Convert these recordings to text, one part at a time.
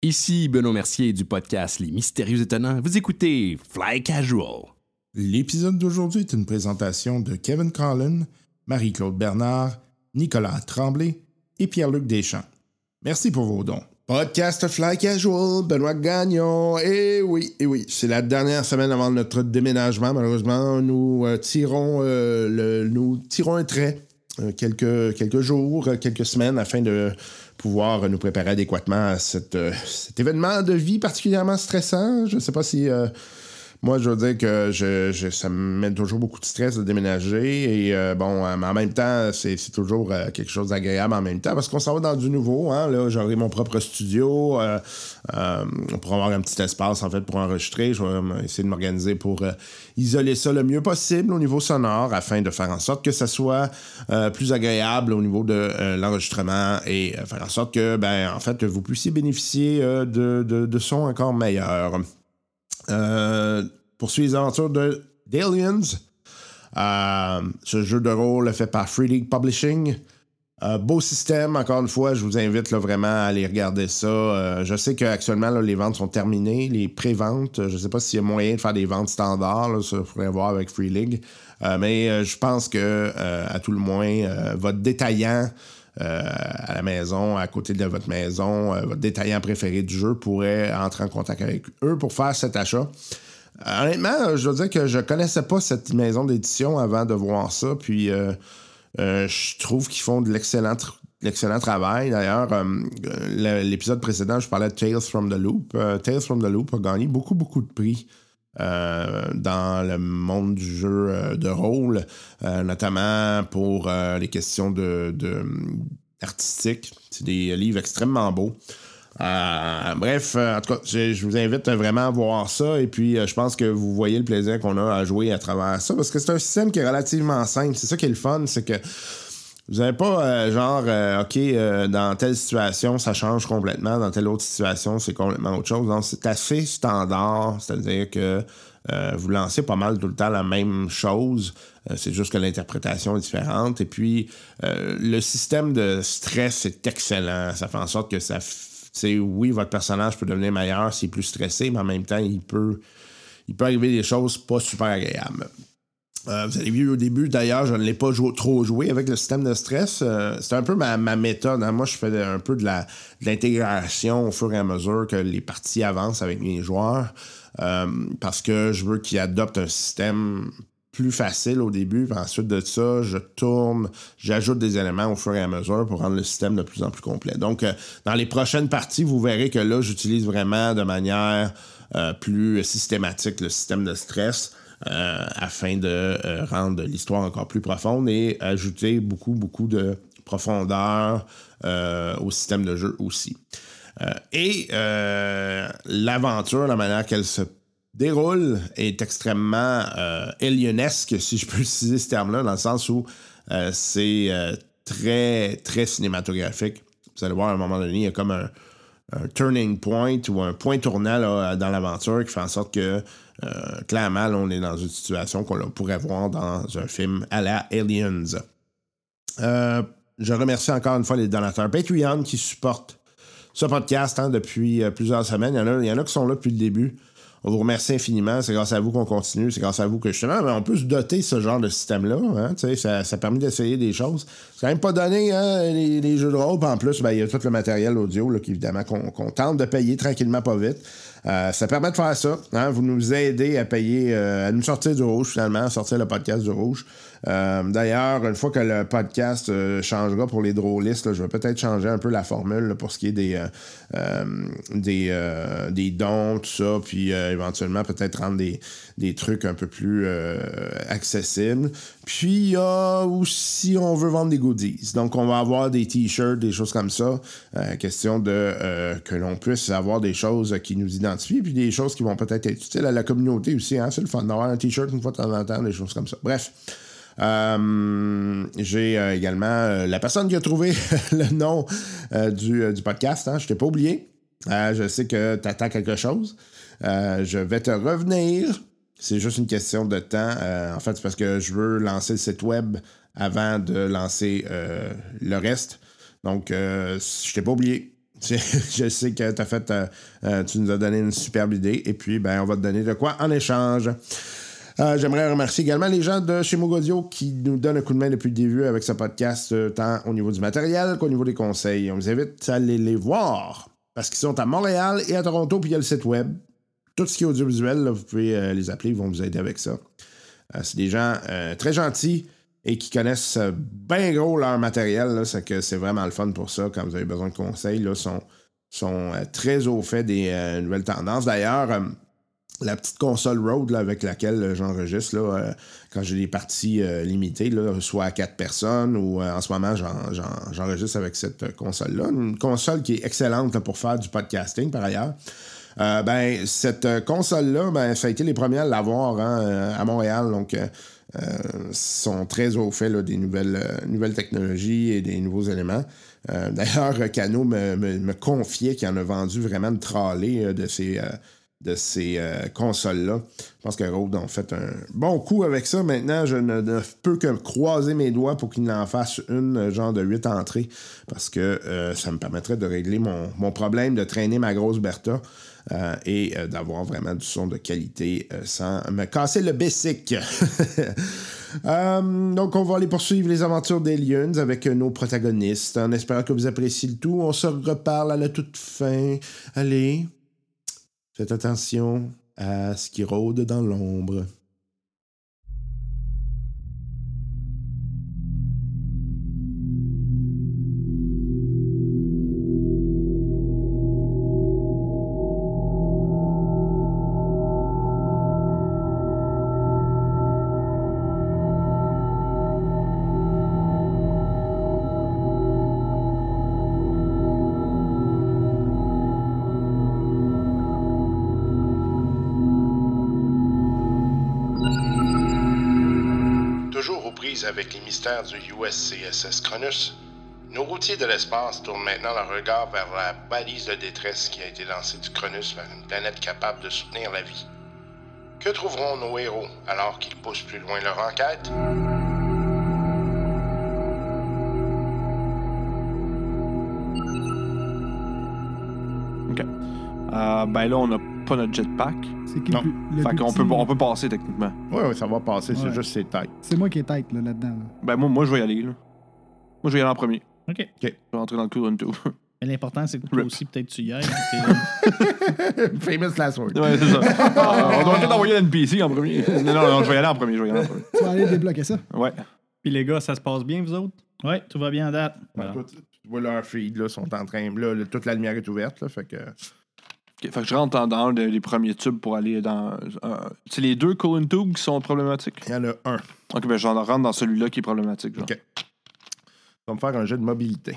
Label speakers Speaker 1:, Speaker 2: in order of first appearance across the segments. Speaker 1: Ici Benoît Mercier du podcast Les Mystérieux Étonnants. Vous écoutez Fly Casual.
Speaker 2: L'épisode d'aujourd'hui est une présentation de Kevin Collin, Marie-Claude Bernard, Nicolas Tremblay et Pierre-Luc Deschamps. Merci pour vos dons.
Speaker 3: Podcast Fly Casual, Benoît Gagnon. Eh oui, eh oui, c'est la dernière semaine avant notre déménagement. Malheureusement, nous euh, tirons euh, le, nous tirons un trait euh, quelques, quelques jours, euh, quelques semaines afin de pouvoir euh, nous préparer adéquatement à cette, euh, cet événement de vie particulièrement stressant. Je ne sais pas si euh, moi, je veux dire que je, je- ça me met toujours beaucoup de stress de déménager. Et euh, bon, euh, mais en même temps, c'est c'est toujours euh, quelque chose d'agréable en même temps parce qu'on s'en va dans du nouveau. Hein, là, j'aurai mon propre studio. euh, euh, on pourra avoir un petit espace, en fait, pour enregistrer. Je vais euh, essayer de m'organiser pour euh, isoler ça le mieux possible au niveau sonore afin de faire en sorte que ça soit euh, plus agréable au niveau de euh, l'enregistrement et euh, faire en sorte que, ben, en fait, que vous puissiez bénéficier euh, de, de, de sons encore meilleurs. Euh, poursuit les aventures de Dalians. Euh, ce jeu de rôle fait par Free League Publishing. Euh, beau système, encore une fois, je vous invite là, vraiment à aller regarder ça. Euh, je sais qu'actuellement, là, les ventes sont terminées, les pré-ventes. Euh, Je ne sais pas s'il y a moyen de faire des ventes standards, là, ça faudrait voir avec Free League. Euh, mais euh, je pense que, euh, à tout le moins, euh, votre détaillant euh, à la maison, à côté de votre maison, euh, votre détaillant préféré du jeu pourrait entrer en contact avec eux pour faire cet achat. Honnêtement, euh, je dois dire que je connaissais pas cette maison d'édition avant de voir ça. Puis euh, euh, je trouve qu'ils font de l'excellent tr- de l'excellent travail. D'ailleurs, euh, le- l'épisode précédent, je parlais de Tales from the Loop. Euh, Tales from the Loop a gagné beaucoup, beaucoup de prix euh, dans le monde du jeu euh, de rôle, euh, notamment pour euh, les questions de, de- artistiques. C'est des livres extrêmement beaux. Euh, bref, euh, en tout cas, je, je vous invite euh, vraiment à voir ça et puis euh, je pense que vous voyez le plaisir qu'on a à jouer à travers ça parce que c'est un système qui est relativement simple. C'est ça qui est le fun, c'est que vous n'avez pas euh, genre, euh, OK, euh, dans telle situation, ça change complètement, dans telle autre situation, c'est complètement autre chose. Donc, c'est assez standard, c'est-à-dire que euh, vous lancez pas mal tout le temps la même chose, Euh, c'est juste que l'interprétation est différente. Et puis, euh, le système de stress est excellent. Ça fait en sorte que ça... f- c'est oui, votre personnage peut devenir meilleur s'il est plus stressé, mais en même temps, il peut, il peut arriver des choses pas super agréables. Euh, vous avez vu au début, d'ailleurs, je ne l'ai pas jou- trop joué avec le système de stress. Euh, c'est un peu ma, ma méthode. hein. Moi, je fais un peu de la- de l'intégration au fur et à mesure que les parties avancent avec mes joueurs euh, parce que je veux qu'ils adoptent un système plus facile au début. Puis ensuite de ça, je tourne, j'ajoute des éléments au fur et à mesure pour rendre le système de plus en plus complet. Donc, euh, dans les prochaines parties, vous verrez que là, j'utilise vraiment de manière euh, plus systématique le système de stress euh, afin de euh, rendre l'histoire encore plus profonde et ajouter beaucoup, beaucoup de profondeur euh, au système de jeu aussi. Euh, et euh, l'aventure, la manière qu'elle se déroule est extrêmement euh, alienesque, si je peux utiliser ce terme-là, dans le sens où euh, c'est euh, très, très cinématographique. Vous allez voir, à un moment donné, il y a comme un, un turning point ou un point tournant là, dans l'aventure qui fait en sorte que euh, clairement, là, on est dans une situation qu'on pourrait voir dans un film à la Aliens. Euh, je remercie encore une fois les donateurs Patreon qui supportent ce podcast hein, depuis euh, plusieurs semaines. Il y, en a, il y en a qui sont là depuis le début. On vous remercie infiniment. C'est grâce à vous qu'on continue. C'est grâce à vous que justement, ben, on peut se doter de ce genre de système-là. hein. Tu sais, ça, ça permet d'essayer des choses. C'est quand même pas donné, hein, les, les jeux de rôle. Puis En plus, ben, il y a tout le matériel audio là, qui, évidemment qu'on qu'on tente de payer tranquillement, pas vite. Euh, ça permet de faire ça. hein. Vous nous aidez à payer, euh, à nous sortir du rouge finalement, à sortir le podcast du rouge. Euh, D'ailleurs, une fois que le podcast euh, changera pour les drôlistes, là, je vais peut-être changer un peu la formule là, pour ce qui est des, euh, euh, des, euh, des dons, tout ça, puis euh, éventuellement peut-être rendre des, des trucs un peu plus euh, accessibles. Puis il y a aussi, on veut vendre des goodies. Donc on va avoir des t-shirts, des choses comme ça. Euh, question de euh, que l'on puisse avoir des choses qui nous identifient, puis des choses qui vont peut-être être utiles à la communauté aussi. Hein? C'est le fun d'avoir un t-shirt une fois de temps en temps, des choses comme ça. Bref. Euh, j'ai euh, également euh, la personne qui a trouvé le nom euh, du, euh, du podcast. hein. je t'ai pas oublié. Euh, je sais que tu attends quelque chose. Euh, je vais te revenir. C'est juste une question de temps. Euh, en fait, c'est parce que je veux lancer le site web avant de lancer euh, le reste. Donc, euh, je t'ai pas oublié. Je, je sais que t'as fait, euh, euh, tu nous as donné une superbe idée et puis ben, on va te donner de quoi en échange. Euh, J'aimerais remercier également les gens de chez Mogodio qui nous donnent un coup de main depuis le début avec ce podcast, euh, tant au niveau du matériel qu'au niveau des conseils. On vous invite à aller les voir parce qu'ils sont à Montréal et à Toronto, puis il y a le site web. Tout ce qui est audiovisuel, là, vous pouvez euh, les appeler, ils vont vous aider avec ça. Euh, c'est des gens euh, très gentils et qui connaissent euh, bien gros leur matériel. là. C'est que c'est vraiment le fun pour ça. Quand vous avez besoin de conseils, là, sont, sont euh, très au fait des euh, nouvelles tendances. D'ailleurs, euh, la petite console Road là, avec laquelle euh, j'enregistre là, euh, quand j'ai des parties euh, limitées, là, soit à quatre personnes ou euh, en ce moment j'en- j'en- j'enregistre avec cette euh, console-là. Une console qui est excellente là, pour faire du podcasting par ailleurs. Euh, ben, cette euh, console-là, ben, ça a été les premiers à l'avoir hein, euh, à Montréal. Donc, euh, euh, sont très au fait là, des nouvelles, euh, nouvelles technologies et des nouveaux éléments. Euh, D'ailleurs, euh, Cano me, me- me confiait qu'il en a vendu vraiment une tralée euh, de ces, euh, de ces euh, consoles-là. Je pense que Rode ont fait un bon coup avec ça. Maintenant, je ne, ne peux que croiser mes doigts pour qu'il en fasse une, euh, genre de 8 entrées, parce que euh, ça me permettrait de régler mon, mon problème de traîner ma grosse Bertha euh, et euh, d'avoir vraiment du son de qualité euh, sans me casser le basic. Euh, donc, on va aller poursuivre les aventures des Lions avec euh, nos protagonistes en espérant que vous appréciez le tout. On se reparle à la toute fin. Allez, faites attention à ce qui rôde dans l'ombre. Toujours aux prises avec les mystères du USCSS Cronus, nos routiers de l'espace tournent maintenant leur regard vers la balise de détresse qui a été lancée du Cronus vers une planète capable de soutenir la vie. Que trouveront nos héros alors qu'ils poussent plus loin leur enquête?
Speaker 4: Euh, ben là, on n'a pas notre jetpack.
Speaker 5: C'est qui
Speaker 3: Non.
Speaker 5: le plus, le
Speaker 4: Fait
Speaker 5: plus
Speaker 4: qu'on
Speaker 5: petit,
Speaker 4: peut,
Speaker 5: là?
Speaker 4: on peut passer techniquement.
Speaker 3: Oui, oui, ça va passer,
Speaker 5: Ouais.
Speaker 3: juste ses têtes.
Speaker 5: C'est moi qui ai tête là, là-dedans. là.
Speaker 4: Ben moi, moi je vais y aller. Là. Moi, je vais y aller en premier.
Speaker 6: OK.
Speaker 4: Je vais rentrer dans le coup d'un tout.
Speaker 6: Mais l'important, c'est que toi
Speaker 4: Rip.
Speaker 6: aussi, peut-être tu y ailles. puis euh, t'es-
Speaker 3: Famous last word.
Speaker 4: Ouais, c'est ça. Ah, on doit peut-être envoyer l'NPC en premier. Non, non, non, je vais y aller en premier. Je vais y aller en premier.
Speaker 5: Tu vas aller débloquer ça.
Speaker 4: Ouais.
Speaker 7: Puis les gars, ça se passe bien, vous autres?
Speaker 6: Ouais, tout va bien en date. Voilà.
Speaker 3: Toi, tu tu vois leur feed, là, sont en train. Là, le- toute la lumière est ouverte, là, fait que. euh,
Speaker 4: Ok, Fait que je rentre dans, dans un des des premiers tubes pour aller dans. un- c'est les deux Cool Tubes qui sont problématiques.
Speaker 3: Il y en a un. Tu
Speaker 4: Ok, ben je rentre dans celui-là qui est problématique. Genre.
Speaker 3: Ok. vas me faire un jeu de mobilité.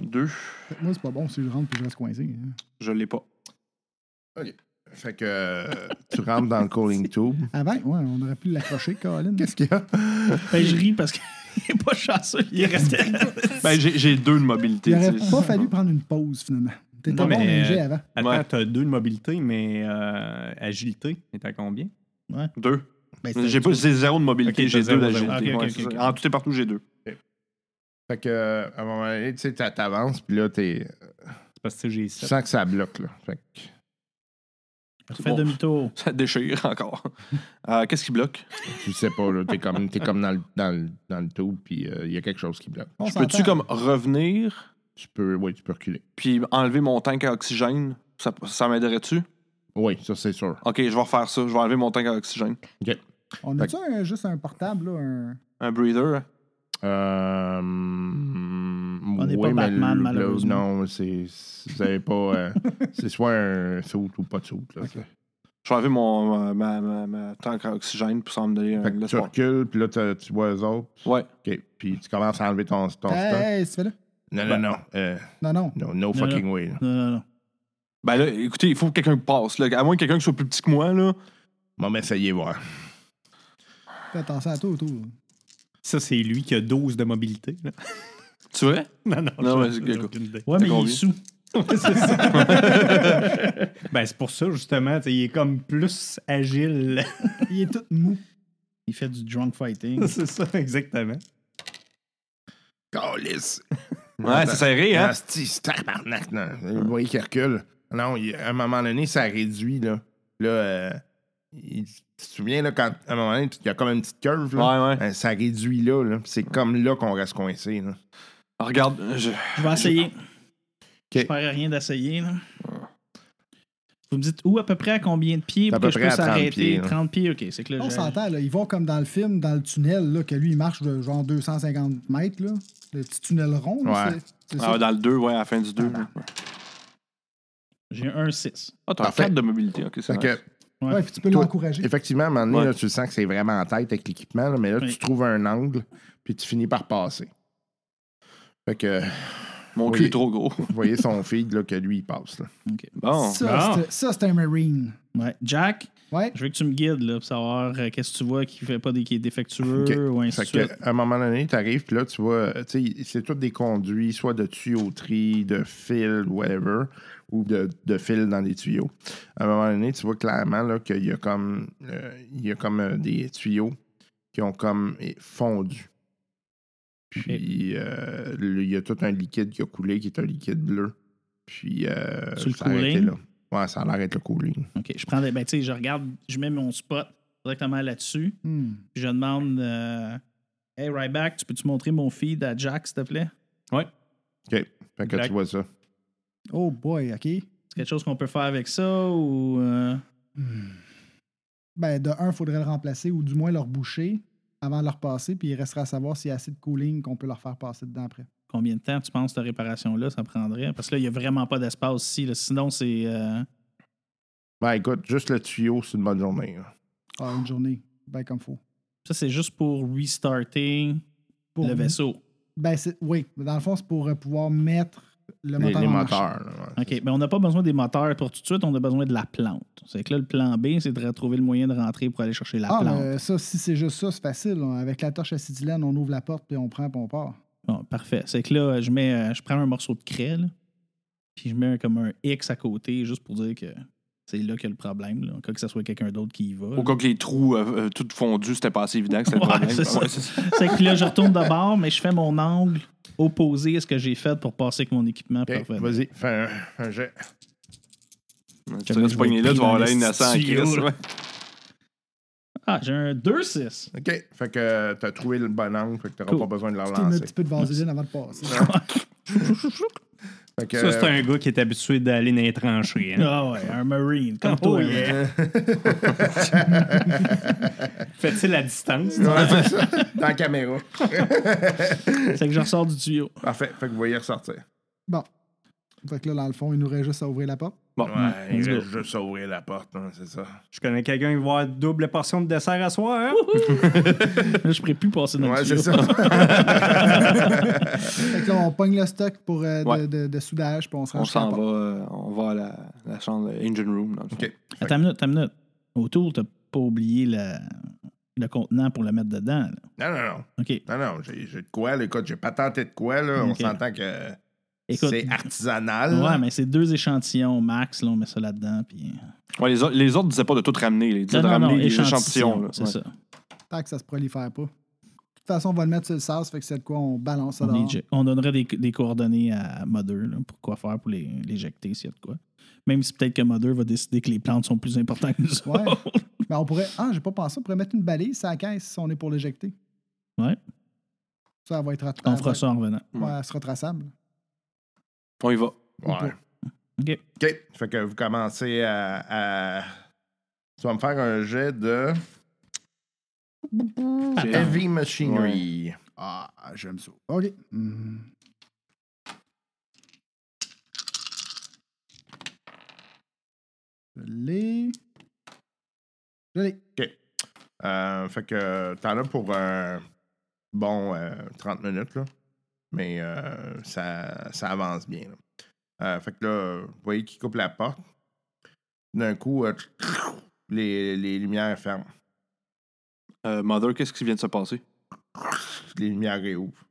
Speaker 4: Deux,
Speaker 5: Moi, c'est pas bon si je rentre puis je reste coincé. hein.
Speaker 4: je l'ai pas.
Speaker 3: Fait que euh, tu rentres dans le calling tube.
Speaker 5: Avant, ouais, on aurait pu l'accrocher, Colin.
Speaker 3: Qu'est-ce qu'il y a?
Speaker 6: Ben, je ris parce qu'il est pas chanceux. Il restait.
Speaker 4: Ben j'ai j'ai deux de mobilité.
Speaker 5: Il aurait
Speaker 4: tu sais.
Speaker 5: pas fallu prendre une pause, finalement. T'étais
Speaker 7: Non,
Speaker 5: bon
Speaker 7: mais,
Speaker 5: un jet
Speaker 7: euh,
Speaker 5: avant.
Speaker 7: Attends,
Speaker 4: Ouais.
Speaker 7: t'as deux de mobilité, mais euh, agilité, t'es à combien?
Speaker 4: Deux.
Speaker 6: Ben, c'est-
Speaker 4: J'ai pas j'ai zéro de mobilité,
Speaker 7: Ok,
Speaker 4: j'ai
Speaker 7: t'as
Speaker 4: deux
Speaker 7: zéro, zéro.
Speaker 4: d'agilité.
Speaker 6: Ok, ok,
Speaker 4: Ouais, c'est
Speaker 6: ok,
Speaker 4: ça.
Speaker 6: ok.
Speaker 4: En tout et partout, j'ai deux.
Speaker 3: Fait que, euh, à un moment donné, tu sais, t'a- t'avances, puis là, t'es-
Speaker 7: C'est parce que j'ai
Speaker 3: tu
Speaker 7: sept.
Speaker 3: sens que ça bloque, là. Fait que,
Speaker 6: Fais
Speaker 4: Bon.
Speaker 6: demi-tour.
Speaker 4: Ça déchire encore. Euh, Qu'est-ce qui bloque?
Speaker 3: tu sais pas, là, t'es comme, t'es comme dans, le, dans, le, dans le tube, puis euh, il y a quelque chose qui bloque.
Speaker 5: On
Speaker 4: Je peux-tu
Speaker 5: s'entend.
Speaker 4: comme revenir,
Speaker 3: Tu peux, oui, tu peux reculer.
Speaker 4: puis enlever mon tank à oxygène? Ça, ça m'aiderait-tu?
Speaker 3: Oui, ça, c'est sûr.
Speaker 4: Ok, je vais refaire ça. Je vais enlever mon tank à oxygène.
Speaker 5: On a-tu un- juste un portable, là, un...
Speaker 4: Un breather.
Speaker 3: Euh, On
Speaker 6: n'est pas Batman, malheureusement.
Speaker 3: non, c'est. c'est- Vous avez pas. euh, c'est soit un saut ou pas de saut. Là, c'est-
Speaker 4: Je vais enlever mon, euh, ma, ma- ma tank à oxygène pour ça me donner un
Speaker 3: Fait que tu
Speaker 4: l'espoir.
Speaker 3: recules, puis là, t'as- tu vois les autres.
Speaker 4: Ouais.
Speaker 3: OK. Puis tu commences à enlever ton, ton stock.
Speaker 5: Hey, hey, tu fais là?
Speaker 3: Non, non,
Speaker 4: Ben-
Speaker 3: non. euh,
Speaker 5: Non, non.
Speaker 3: no, no fucking way. là.
Speaker 6: Non, non, non.
Speaker 4: Ben là, écoutez, il faut que quelqu'un passe. Là. À moins que quelqu'un qui soit plus petit que moi, là.
Speaker 3: Moi, m'essayer voir.
Speaker 5: Fais attention à toi autour.
Speaker 7: Ça, c'est lui qui a 12 de mobilité. là.
Speaker 4: Tu vois?
Speaker 7: Non, non,
Speaker 4: Non, mais
Speaker 7: j'ai-
Speaker 4: c'est
Speaker 7: j'ai
Speaker 4: cool.
Speaker 7: aucune idée.
Speaker 6: Ouais, mais il est
Speaker 4: combien?
Speaker 6: sous.
Speaker 7: Ouais, c'est ça. ben, c'est pour ça, justement, tu sais, il est comme plus agile.
Speaker 5: Il est tout mou.
Speaker 6: Il fait du drunk fighting.
Speaker 7: c'est ça, exactement.
Speaker 3: Calice.
Speaker 4: Ouais, c'est serré, hein?
Speaker 3: Ah, c'est c'est tabarnak, non. Vous voyez qu'il recule. Non, il- à un moment donné, ça réduit, là. Là, euh, il- tu te souviens, là, quand, à un moment donné, il y a comme une petite curve, là.
Speaker 4: Ouais, ouais.
Speaker 3: Euh, Ça réduit là, là. C'est comme là qu'on reste coincé. là.
Speaker 4: Ah, Regarde, je-
Speaker 6: Je vais essayer. Je ne perds rien d'essayer. là. Vous me dites où à peu près, à combien de pieds
Speaker 3: À
Speaker 6: pour
Speaker 3: peu
Speaker 6: que je
Speaker 3: près à
Speaker 6: puisse
Speaker 3: 30
Speaker 6: arrêter?
Speaker 3: pieds, là.
Speaker 6: 30 pieds, ok. C'est que là,
Speaker 5: On
Speaker 6: j'ai-
Speaker 5: s'entend, là. Ils vont comme dans le film, dans le tunnel, là, que lui, il marche de genre 250 mètres, là. Le petit tunnel rond, là,
Speaker 3: Ouais.
Speaker 5: c'est- c'est
Speaker 4: Ah,
Speaker 5: ça.
Speaker 4: dans le 2, ouais, à la fin du 2.
Speaker 5: Ah,
Speaker 6: j'ai un 6.
Speaker 4: Ah, t'as un
Speaker 3: Parfait.
Speaker 4: 4 de mobilité, ok, c'est
Speaker 3: Fait que,
Speaker 4: nice.
Speaker 5: Ouais, puis tu peux
Speaker 3: Toi-
Speaker 5: l'encourager.
Speaker 3: effectivement, à un moment donné,
Speaker 4: Ouais.
Speaker 3: là, tu le sens que c'est vraiment en tête avec l'équipement, là, mais là,
Speaker 6: Oui.
Speaker 3: tu trouves un angle, puis tu finis par passer. Fait que,
Speaker 4: Mon
Speaker 3: Oui.
Speaker 4: cul est trop gros.
Speaker 3: vous voyez son feed, là, que lui, il passe. Là.
Speaker 4: Bon.
Speaker 5: Ça,
Speaker 7: Bon.
Speaker 5: c'est- ça, c'est un Marine.
Speaker 6: Ouais. Jack,
Speaker 5: Ouais.
Speaker 6: je veux que tu me guides là, pour savoir euh, qu'est-ce que tu vois qui fait pas des, qui est défectueux
Speaker 3: Ok.
Speaker 6: ou ainsi de
Speaker 3: Fait
Speaker 6: suite.
Speaker 3: que, à un moment donné, tu arrives, puis là, tu vois, euh, tu sais, c'est tout des conduits, soit de tuyauterie, de fil, whatever, ou de, de fil dans des tuyaux. À un moment donné, tu vois clairement là, qu'il y a comme, euh, il y a comme euh, des tuyaux qui ont comme eh, fondu. Puis euh, le- il y a tout un liquide qui a coulé, qui est un liquide bleu. Puis euh,
Speaker 6: Sur le
Speaker 3: ça a arrêté
Speaker 6: cooling?
Speaker 3: là. Ouais, ça a l'air d'être le cooling.
Speaker 6: Ok. Je prends des. Ben, tu sais, je regarde, je mets mon spot directement là-dessus.
Speaker 5: Hmm.
Speaker 6: Puis je demande euh, Hey, Ryback, tu peux-tu montrer mon feed à Jack, s'il te plaît
Speaker 3: Fait que
Speaker 7: Exact.
Speaker 3: tu vois ça.
Speaker 5: Oh boy, OK.
Speaker 6: C'est quelque chose qu'on peut faire avec ça ou. euh,
Speaker 5: Ben, de un, il faudrait le remplacer ou du moins leur boucher avant de leur passer, puis il restera à savoir s'il y a assez de cooling qu'on peut leur faire passer dedans après.
Speaker 6: Combien de temps tu penses cette réparation-là, ça prendrait? Parce que là, il n'y a vraiment pas d'espace ici. là. Sinon, c'est. euh,
Speaker 3: Ben écoute, juste le tuyau, c'est une bonne journée. là.
Speaker 5: Ah, une journée, ben comme faut.
Speaker 6: Ça, c'est juste pour restarter
Speaker 5: Pour-
Speaker 6: le vaisseau.
Speaker 5: Ben, c'est- oui, mais dans le fond, c'est pour euh, pouvoir mettre le
Speaker 3: Les,
Speaker 5: moteur
Speaker 3: les
Speaker 5: en marche.
Speaker 3: moteurs. là, ouais.
Speaker 6: OK. Mais on n'a pas besoin des moteurs pour tout de suite, on a besoin de la plante. C'est que là, le plan B, c'est de retrouver le moyen de rentrer pour aller chercher la
Speaker 5: Ah,
Speaker 6: plante.
Speaker 5: mais ça, si c'est juste ça, c'est facile. hein. Avec la torche à citylène, on ouvre la porte, puis on prend, puis on part.
Speaker 6: Bon, Ah, parfait. C'est que là, je mets euh, je prends un morceau de craie, là, puis je mets un- comme un X à côté, juste pour dire que c'est là qu'il y a le problème, là, en cas que ce soit quelqu'un d'autre qui y va.
Speaker 4: Au cas que les trous euh, euh, tout fondus, c'était pas assez évident que c'était
Speaker 6: Ouais,
Speaker 4: le problème.
Speaker 6: c'est ça.
Speaker 4: Ouais, c'est ça.
Speaker 6: C'est que là, je retourne de bord, mais je fais mon angle opposé à ce que j'ai fait pour passer avec mon équipement.
Speaker 3: Ok,
Speaker 6: parfait.
Speaker 3: vas-y, fais un, un jet.
Speaker 4: Tu restes pogné là, tu vas avoir l'air innocent en crise. ouais.
Speaker 6: Ah, j'ai un 2-6.
Speaker 3: OK. Fait que euh, t'as trouvé le bon angle, fait que t'auras
Speaker 6: Cool.
Speaker 3: pas besoin de la
Speaker 5: Tu mets un
Speaker 3: relancer.
Speaker 5: petit peu de vaseline avant de passer.
Speaker 3: Fait que,
Speaker 7: Ça, c'est un gars qui est habitué d'aller dans les tranchées. hein.
Speaker 6: Ah ouais, un Marine, comme toi.
Speaker 7: Oh,
Speaker 6: hein.
Speaker 7: yeah. Fait-il la distance?
Speaker 3: euh, Ouais, c'est ça. Dans la caméra.
Speaker 6: C'est que je ressors du tuyau.
Speaker 3: Parfait. Fait que vous voyez ressortir.
Speaker 5: Bon. Fait que là, dans le fond, il nous reste juste à ouvrir la porte.
Speaker 4: Bon,
Speaker 7: Mm.
Speaker 3: Ouais, il
Speaker 6: let's
Speaker 3: reste juste à ouvrir la porte, hein, c'est ça.
Speaker 7: Je connais quelqu'un qui va avoir double portion de dessert à soir. hein?
Speaker 6: Là, je pourrais plus passer dans
Speaker 3: Ouais,
Speaker 6: le
Speaker 3: c'est
Speaker 6: tuyau.
Speaker 3: ça.
Speaker 5: Fait que là, on pogne le stock pour euh, de-
Speaker 4: Ouais.
Speaker 5: de, de soudage, puis on se rend
Speaker 4: on
Speaker 5: jusqu'à la
Speaker 4: s'en
Speaker 5: porte.
Speaker 4: va, euh, on va à la, la chambre euh, Engine Room. Dans le fond.
Speaker 3: OK.
Speaker 6: Attends une minute, attends une minute. Autour, t'as pas oublié la- le contenant pour le mettre dedans. là.
Speaker 3: Non, non, non.
Speaker 6: OK.
Speaker 3: Non, non. J'ai j'ai de quoi, là. Écoute, j'ai pas tenté de quoi, là. On
Speaker 6: Ok.
Speaker 3: s'entend que
Speaker 6: Écoute.
Speaker 3: c'est artisanal. là.
Speaker 6: Ouais, mais c'est deux échantillons max, là, on met ça là-dedans. Puis... euh,
Speaker 4: Ouais, les, autres- les autres disaient pas de tout ramener. Ils disaient de ramener les échantillons. là.
Speaker 6: c'est
Speaker 4: Ouais.
Speaker 6: ça.
Speaker 5: Tant que ça se prolifère pas. De toute façon, on va le mettre sur le sas, fait que c'est de quoi on balance ça
Speaker 6: On,
Speaker 5: dehors.
Speaker 6: les jet- on donnerait des, des coordonnées à Mother là, pour quoi faire, pour les, les jeter s'il y a de quoi. Même si peut-être que Mother va décider que les plantes sont plus importantes que nous
Speaker 5: Ouais.
Speaker 6: autres.
Speaker 5: Mais on pourrait. Ah, j'ai pas pensé, on pourrait mettre une balise à la caisse si on est pour l'éjecter.
Speaker 6: Ouais.
Speaker 5: Ça, elle va être
Speaker 6: On
Speaker 5: rattrapable.
Speaker 6: fera ça en revenant.
Speaker 5: Ouais, elle sera traçable.
Speaker 4: On y va.
Speaker 3: Ouais.
Speaker 6: OK.
Speaker 3: OK. Fait que vous commencez à. à- Tu vas me faire un jet de
Speaker 6: Ah,
Speaker 4: J'ai-
Speaker 3: heavy machinery.
Speaker 5: Ah, j'aime ça. OK. Hmm. Je l'ai. Je l'ai.
Speaker 3: Euh, fait que t'en as pour un bon euh, 30 minutes, là. Mais euh, ça, ça avance bien. là. Euh, fait que là, vous voyez qu'il coupe la porte. D'un coup, euh, les, les lumières ferment.
Speaker 4: Euh, Mother, qu'est-ce qui vient de se passer?
Speaker 3: Les lumières réouvrent.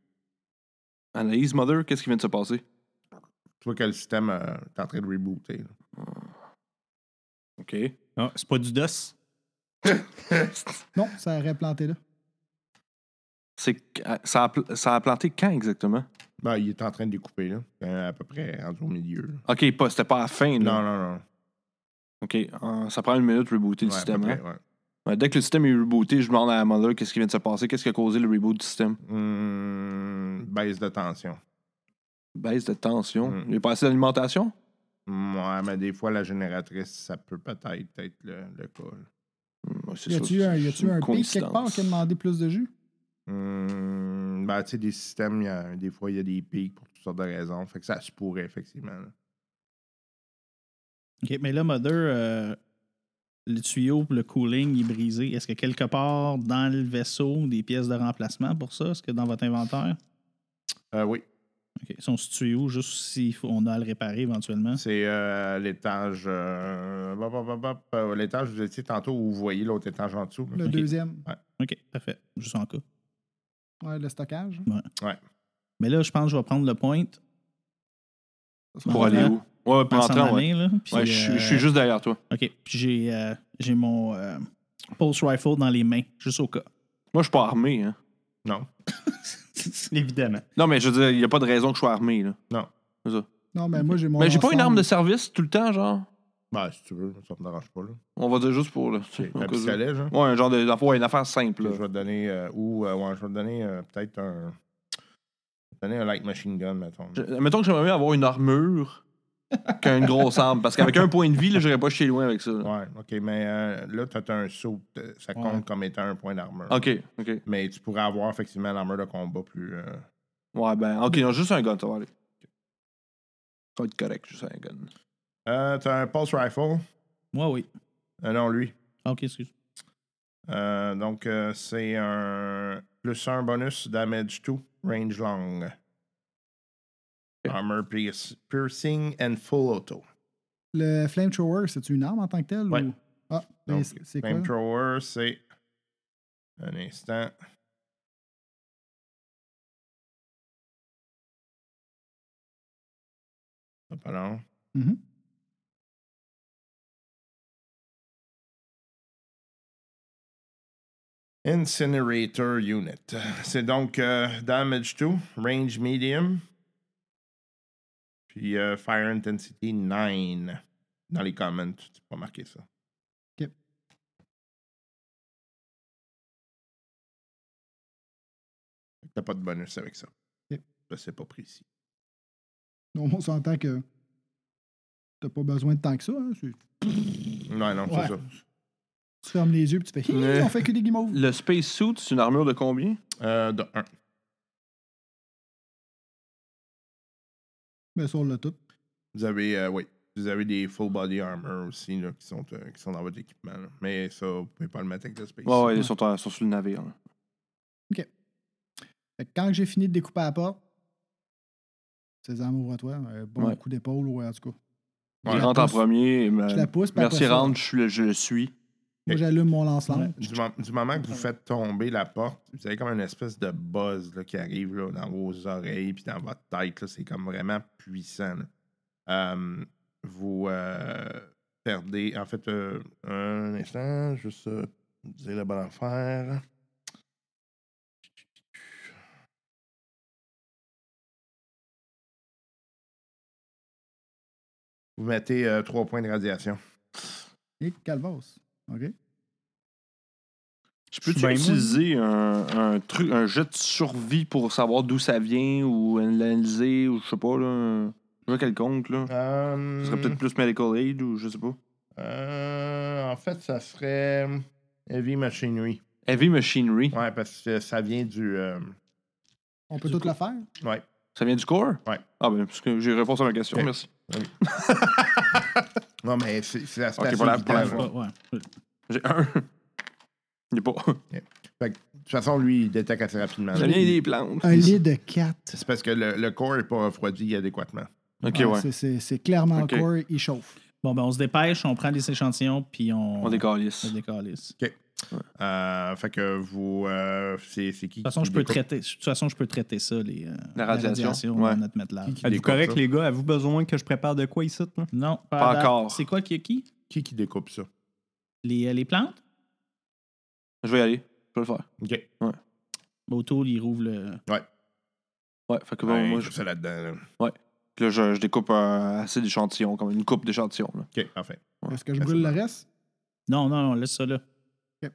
Speaker 4: Analyse Mother, qu'est-ce qui vient de se passer?
Speaker 3: Tu vois que le système euh, est en train de rebooter. là.
Speaker 4: OK.
Speaker 7: Ah, c'est pas du DOS.
Speaker 5: Non, ça aurait planté là.
Speaker 4: C'est, qu- euh, ça, a, pl- ça a planté quand exactement?
Speaker 8: Ben, il est en train de découper, là. Euh, à peu près rendu au milieu. là.
Speaker 4: Ok, pas, c'était pas à la fin. Là.
Speaker 8: Non, non, non.
Speaker 4: Ok, euh, ça prend une minute de rebooter le
Speaker 8: Ouais, à peu
Speaker 4: système. hein.
Speaker 8: près, ouais.
Speaker 4: Ouais, dès que le système est rebooté, je demande à la mother qu'est-ce qui vient de se passer, qu'est-ce qui a causé le reboot du système.
Speaker 8: Hum, baisse de tension.
Speaker 4: Baisse de tension.
Speaker 8: Mm.
Speaker 4: Il n'y a pas assez d'alimentation?
Speaker 8: Ouais, mais des fois, la génératrice, ça peut peut-être être le, le cas. là.
Speaker 4: Mm, ouais, c'est
Speaker 5: Y
Speaker 4: ça,
Speaker 5: a-tu
Speaker 4: c'est-
Speaker 5: un, y
Speaker 4: c'est une
Speaker 5: a-tu un pic quelque part
Speaker 4: coïncidence.
Speaker 5: qui a demandé plus de jus?
Speaker 8: Hum, ben, tu sais, des systèmes, il y a- des fois, il y a des pics pour toutes sortes de raisons. Fait que ça se pourrait, effectivement. là.
Speaker 6: OK, mais là, Mother, euh, le tuyau pour le cooling est brisé. Est-ce que quelque part dans le vaisseau, des pièces de remplacement pour ça? Est-ce que dans votre inventaire?
Speaker 8: Euh, oui,
Speaker 6: OK, Sont ce tuyau, juste si on a à le réparer éventuellement.
Speaker 8: c'est euh, à l'étage. euh, bop, bop, bop, bop, euh, l'étage, vous étiez tantôt où vous voyez l'autre étage en dessous.
Speaker 5: Le
Speaker 6: Ok.
Speaker 5: deuxième,
Speaker 6: OK, parfait. Juste en cas.
Speaker 5: ouais, le stockage.
Speaker 6: Mais là, je pense que je vais prendre le point.
Speaker 4: Pour aller où? Ouais, pour
Speaker 6: Pour
Speaker 4: rentrer, ouais.
Speaker 6: là, puis,
Speaker 4: Ouais, je suis- je suis
Speaker 6: euh,
Speaker 4: juste derrière toi.
Speaker 6: OK, puis j'ai euh, j'ai mon euh, pulse rifle dans les mains, juste au cas.
Speaker 4: Moi, je suis pas armé. Hein.
Speaker 7: Évidemment.
Speaker 4: Non, mais je veux dire, il n'y a pas de raison que je sois armé. Là.
Speaker 5: Non, mais moi, j'ai mon.
Speaker 4: Mais j'ai pas une arme de
Speaker 5: ensemble.
Speaker 4: service tout le temps, genre.
Speaker 8: Ben, si tu veux, ça me dérange pas. Là. hein?
Speaker 4: On va dire juste pour. Là,
Speaker 8: C'est
Speaker 4: au
Speaker 8: un
Speaker 4: cas où. ouais,
Speaker 8: pistolet, genre.
Speaker 4: un genre de. ouais, une affaire simple.
Speaker 8: Puis
Speaker 4: là.
Speaker 8: je vais te donner, euh, ou euh, ouais, je vais te donner euh, peut-être un. je vais te donner un light machine gun, mettons.
Speaker 4: Je- mettons que j'aimerais mieux avoir une armure qu'une grosse arme. Parce qu'avec un point de vie, là, j'irais pas chez loin avec ça. là.
Speaker 8: Ouais, ok, mais euh, là, t'as t'as un saut, t- ça compte
Speaker 6: Ouais.
Speaker 8: comme étant un point d'armure.
Speaker 4: Ok, ok.
Speaker 8: Mais tu pourrais avoir effectivement l'armure de combat plus. euh,
Speaker 4: Ouais, ben, ok, non, juste un gun, ça va aller. Ça va être correct, juste un gun.
Speaker 8: Euh, t'as un pulse rifle.
Speaker 6: Moi, oui.
Speaker 8: Euh, non, lui.
Speaker 6: Ah, OK, excuse.
Speaker 8: Euh, donc, euh, c'est un plus un bonus damage to range long. Armor pierce- piercing and full auto.
Speaker 5: Le flamethrower, c'est-tu une arme en tant que telle?
Speaker 8: Ouais.
Speaker 5: Ou... Ah, mais
Speaker 8: Donc,
Speaker 5: c'est- c'est quoi?
Speaker 8: Flamethrower, c'est. Un instant. Ah, Pas long.
Speaker 5: Mhm.
Speaker 8: Incinerator Unit. C'est donc euh, Damage 2, Range Medium, puis euh, Fire Intensity 9. Dans les comments, tu peux marquer ça. T'as pas de bonus avec ça.
Speaker 5: Ok.
Speaker 8: Ça, c'est pas précis.
Speaker 5: Donc, on s'entend que t'as pas besoin de tant que ça. hein, c'est-
Speaker 8: Non, non,
Speaker 5: Ouais.
Speaker 8: c'est ça.
Speaker 5: Tu fermes les yeux puis tu fais Hi,
Speaker 4: Ouais.
Speaker 5: on fait que des guimauves.
Speaker 4: Le Space Suit, c'est une armure de combien
Speaker 8: Euh, de 1.
Speaker 5: Mais sur le tout.
Speaker 8: Vous avez, euh, oui, vous avez des full body armor aussi là, qui, sont, euh, qui sont dans votre équipement. là. Mais ça, vous pouvez pas le mettre avec le space.
Speaker 4: Ouais, ouais, ils sont, en- sont sur le navire. là.
Speaker 5: Fait que quand j'ai fini de découper la porte, ces armes ouvre à toi. un bon
Speaker 4: Ouais.
Speaker 5: coup d'épaule ou en tout cas.
Speaker 4: Ils
Speaker 5: Je la
Speaker 4: rentrent en
Speaker 5: pousse.
Speaker 4: premier. mais-
Speaker 5: Je la pousse. puis
Speaker 4: Euh, Merci,
Speaker 5: après ça,
Speaker 4: Rand, je, suis le- je le suis.
Speaker 5: Moi, j'allume mon lance-lampe.
Speaker 8: Du, mom- du moment que vous faites tomber la porte, vous avez comme une espèce de buzz là, qui arrive là, dans vos oreilles puis dans votre tête. là. C'est comme vraiment puissant. là. Euh, vous euh, perdez. En fait, euh, un instant, juste euh, dire la bonne affaire. Vous mettez euh, trois points de radiation.
Speaker 5: Et calvos. OK.
Speaker 4: Je peux-tu
Speaker 7: Ben, moi-
Speaker 4: utiliser un, un truc, un jet de survie pour savoir d'où ça vient ou l'analyser ou je sais pas, là, un jeu quelconque, là? Ce serait peut-être plus medical aid ou je sais pas.
Speaker 8: Euh, en fait, ça serait Heavy Machinery.
Speaker 4: Heavy machinery.
Speaker 8: Ouais, parce que ça vient du. euh,
Speaker 5: On peut tout le faire?
Speaker 8: Ouais.
Speaker 4: Ça vient du corps?
Speaker 8: Ouais.
Speaker 4: Ah ben, parce que j'ai réponse à ma question,
Speaker 8: Ok.
Speaker 4: merci.
Speaker 8: Non, mais c'est c'est l'aspect.
Speaker 4: Ok,
Speaker 8: assez
Speaker 4: pour la-
Speaker 8: vital,
Speaker 4: pour la-
Speaker 8: là.
Speaker 6: Ouais, ouais.
Speaker 4: J'ai un. Il est pas.
Speaker 8: De toute façon, lui, il détecte assez rapidement.
Speaker 4: Ça
Speaker 8: là.
Speaker 4: vient des plantes.
Speaker 5: Un lit de 4.
Speaker 8: C'est parce que le, le corps n'est pas refroidi adéquatement.
Speaker 4: Ok, ouais.
Speaker 5: Ah, C'est clairement
Speaker 4: Ok.
Speaker 5: le corps, il chauffe.
Speaker 6: Bon, ben, on se dépêche, on prend des échantillons, puis on,
Speaker 4: On
Speaker 6: on
Speaker 4: décalisse.
Speaker 6: décalisse.
Speaker 8: Euh, fait que vous. euh, c'est c'est qui
Speaker 6: De toute façon,
Speaker 8: qui
Speaker 6: je peux
Speaker 8: découpe-
Speaker 6: traiter. De toute façon, je peux traiter ça, les, euh,
Speaker 4: La radiation,
Speaker 6: dans
Speaker 4: ouais.
Speaker 6: notre matelas.
Speaker 8: Qui, qui
Speaker 7: Êtes-vous
Speaker 8: découpe
Speaker 7: correct,
Speaker 8: ça?
Speaker 7: les gars? Avez-vous besoin que je prépare de quoi ici? là?
Speaker 6: Non, pas,
Speaker 4: Pas
Speaker 6: à date.
Speaker 4: encore.
Speaker 6: C'est quoi qui est qui?
Speaker 8: Qui qui découpe ça?
Speaker 6: Les, euh, les plantes?
Speaker 4: Je vais y aller. Je vais le faire.
Speaker 8: OK.
Speaker 6: Autour, il rouvre le.
Speaker 8: Ouais.
Speaker 4: Ouais, fait que bon,
Speaker 8: Ouais,
Speaker 4: moi,
Speaker 8: Ben, tout
Speaker 4: je,
Speaker 8: ça là-dedans. là.
Speaker 4: Ben, puis là, je, je découpe euh, assez d'échantillons, comme une coupe d'échantillons. là.
Speaker 8: OK, parfait.
Speaker 4: Ouais,
Speaker 5: Est-ce que je brûle le reste?
Speaker 6: Non, non, non, laisse ça là.
Speaker 5: Ok.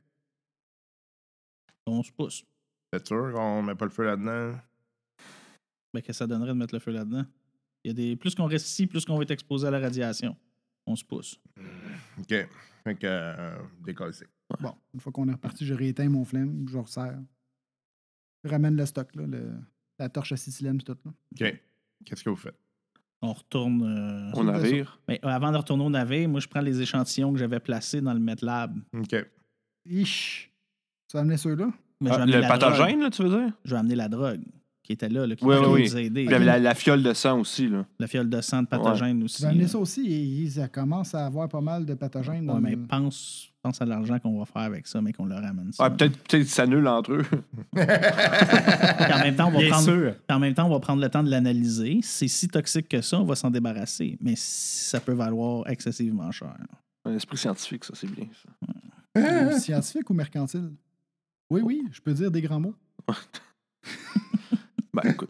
Speaker 6: On se pousse.
Speaker 8: C'est sûr qu'on met pas le feu là-dedans?
Speaker 6: Ben, qu'est-ce que ça donnerait de mettre le feu là-dedans? Il y a des... Plus qu'on reste ici, plus qu'on va être exposé à la radiation. On se pousse.
Speaker 8: OK. Fait que, euh, décollé.
Speaker 5: Bon, une fois qu'on est reparti, je rééteins mon flemme, je resserre. Je ramène le stock, là, le- la torche à Sicilem, tout. Là.
Speaker 8: OK. Qu'est-ce que vous faites?
Speaker 6: On retourne. euh,
Speaker 4: On navire.
Speaker 6: Mais avant de retourner au navire, moi, je prends les échantillons que j'avais placés dans le MedLab.
Speaker 8: OK.
Speaker 5: Ich! Tu vas amener ceux-là?
Speaker 6: Mais je vais
Speaker 4: Ah,
Speaker 6: amener
Speaker 4: le
Speaker 6: la
Speaker 4: pathogène,
Speaker 6: drogue.
Speaker 4: là, tu veux dire?
Speaker 6: Je vais amener la drogue qui était là, là, qui
Speaker 4: Oui,
Speaker 6: pouvait
Speaker 4: oui,
Speaker 6: nous aider.
Speaker 4: Puis la, la fiole de sang aussi, là.
Speaker 6: La fiole de sang de pathogène aussi.
Speaker 5: Tu vas amener
Speaker 6: là.
Speaker 5: ça aussi, et ils commencent à avoir pas mal de pathogènes.
Speaker 6: Ouais,
Speaker 5: dans
Speaker 6: mais
Speaker 5: le-
Speaker 6: pense, pense à l'argent qu'on va faire avec ça, mais qu'on leur ramène ça.
Speaker 4: Ouais, Ah, peut-être peut-être ça s'annule entre eux.
Speaker 6: Puis en même temps, on va
Speaker 7: Bien
Speaker 6: prendre,
Speaker 7: sûr.
Speaker 6: puis en même temps, on va prendre le temps de l'analyser. C'est si toxique que ça, on va s'en débarrasser. Mais ça peut valoir excessivement cher.
Speaker 4: Un esprit scientifique, ça, c'est bien. ça.
Speaker 5: Euh, Scientifique ou mercantile? Oui, oui, je peux dire des grands mots.
Speaker 4: Ben, écoute.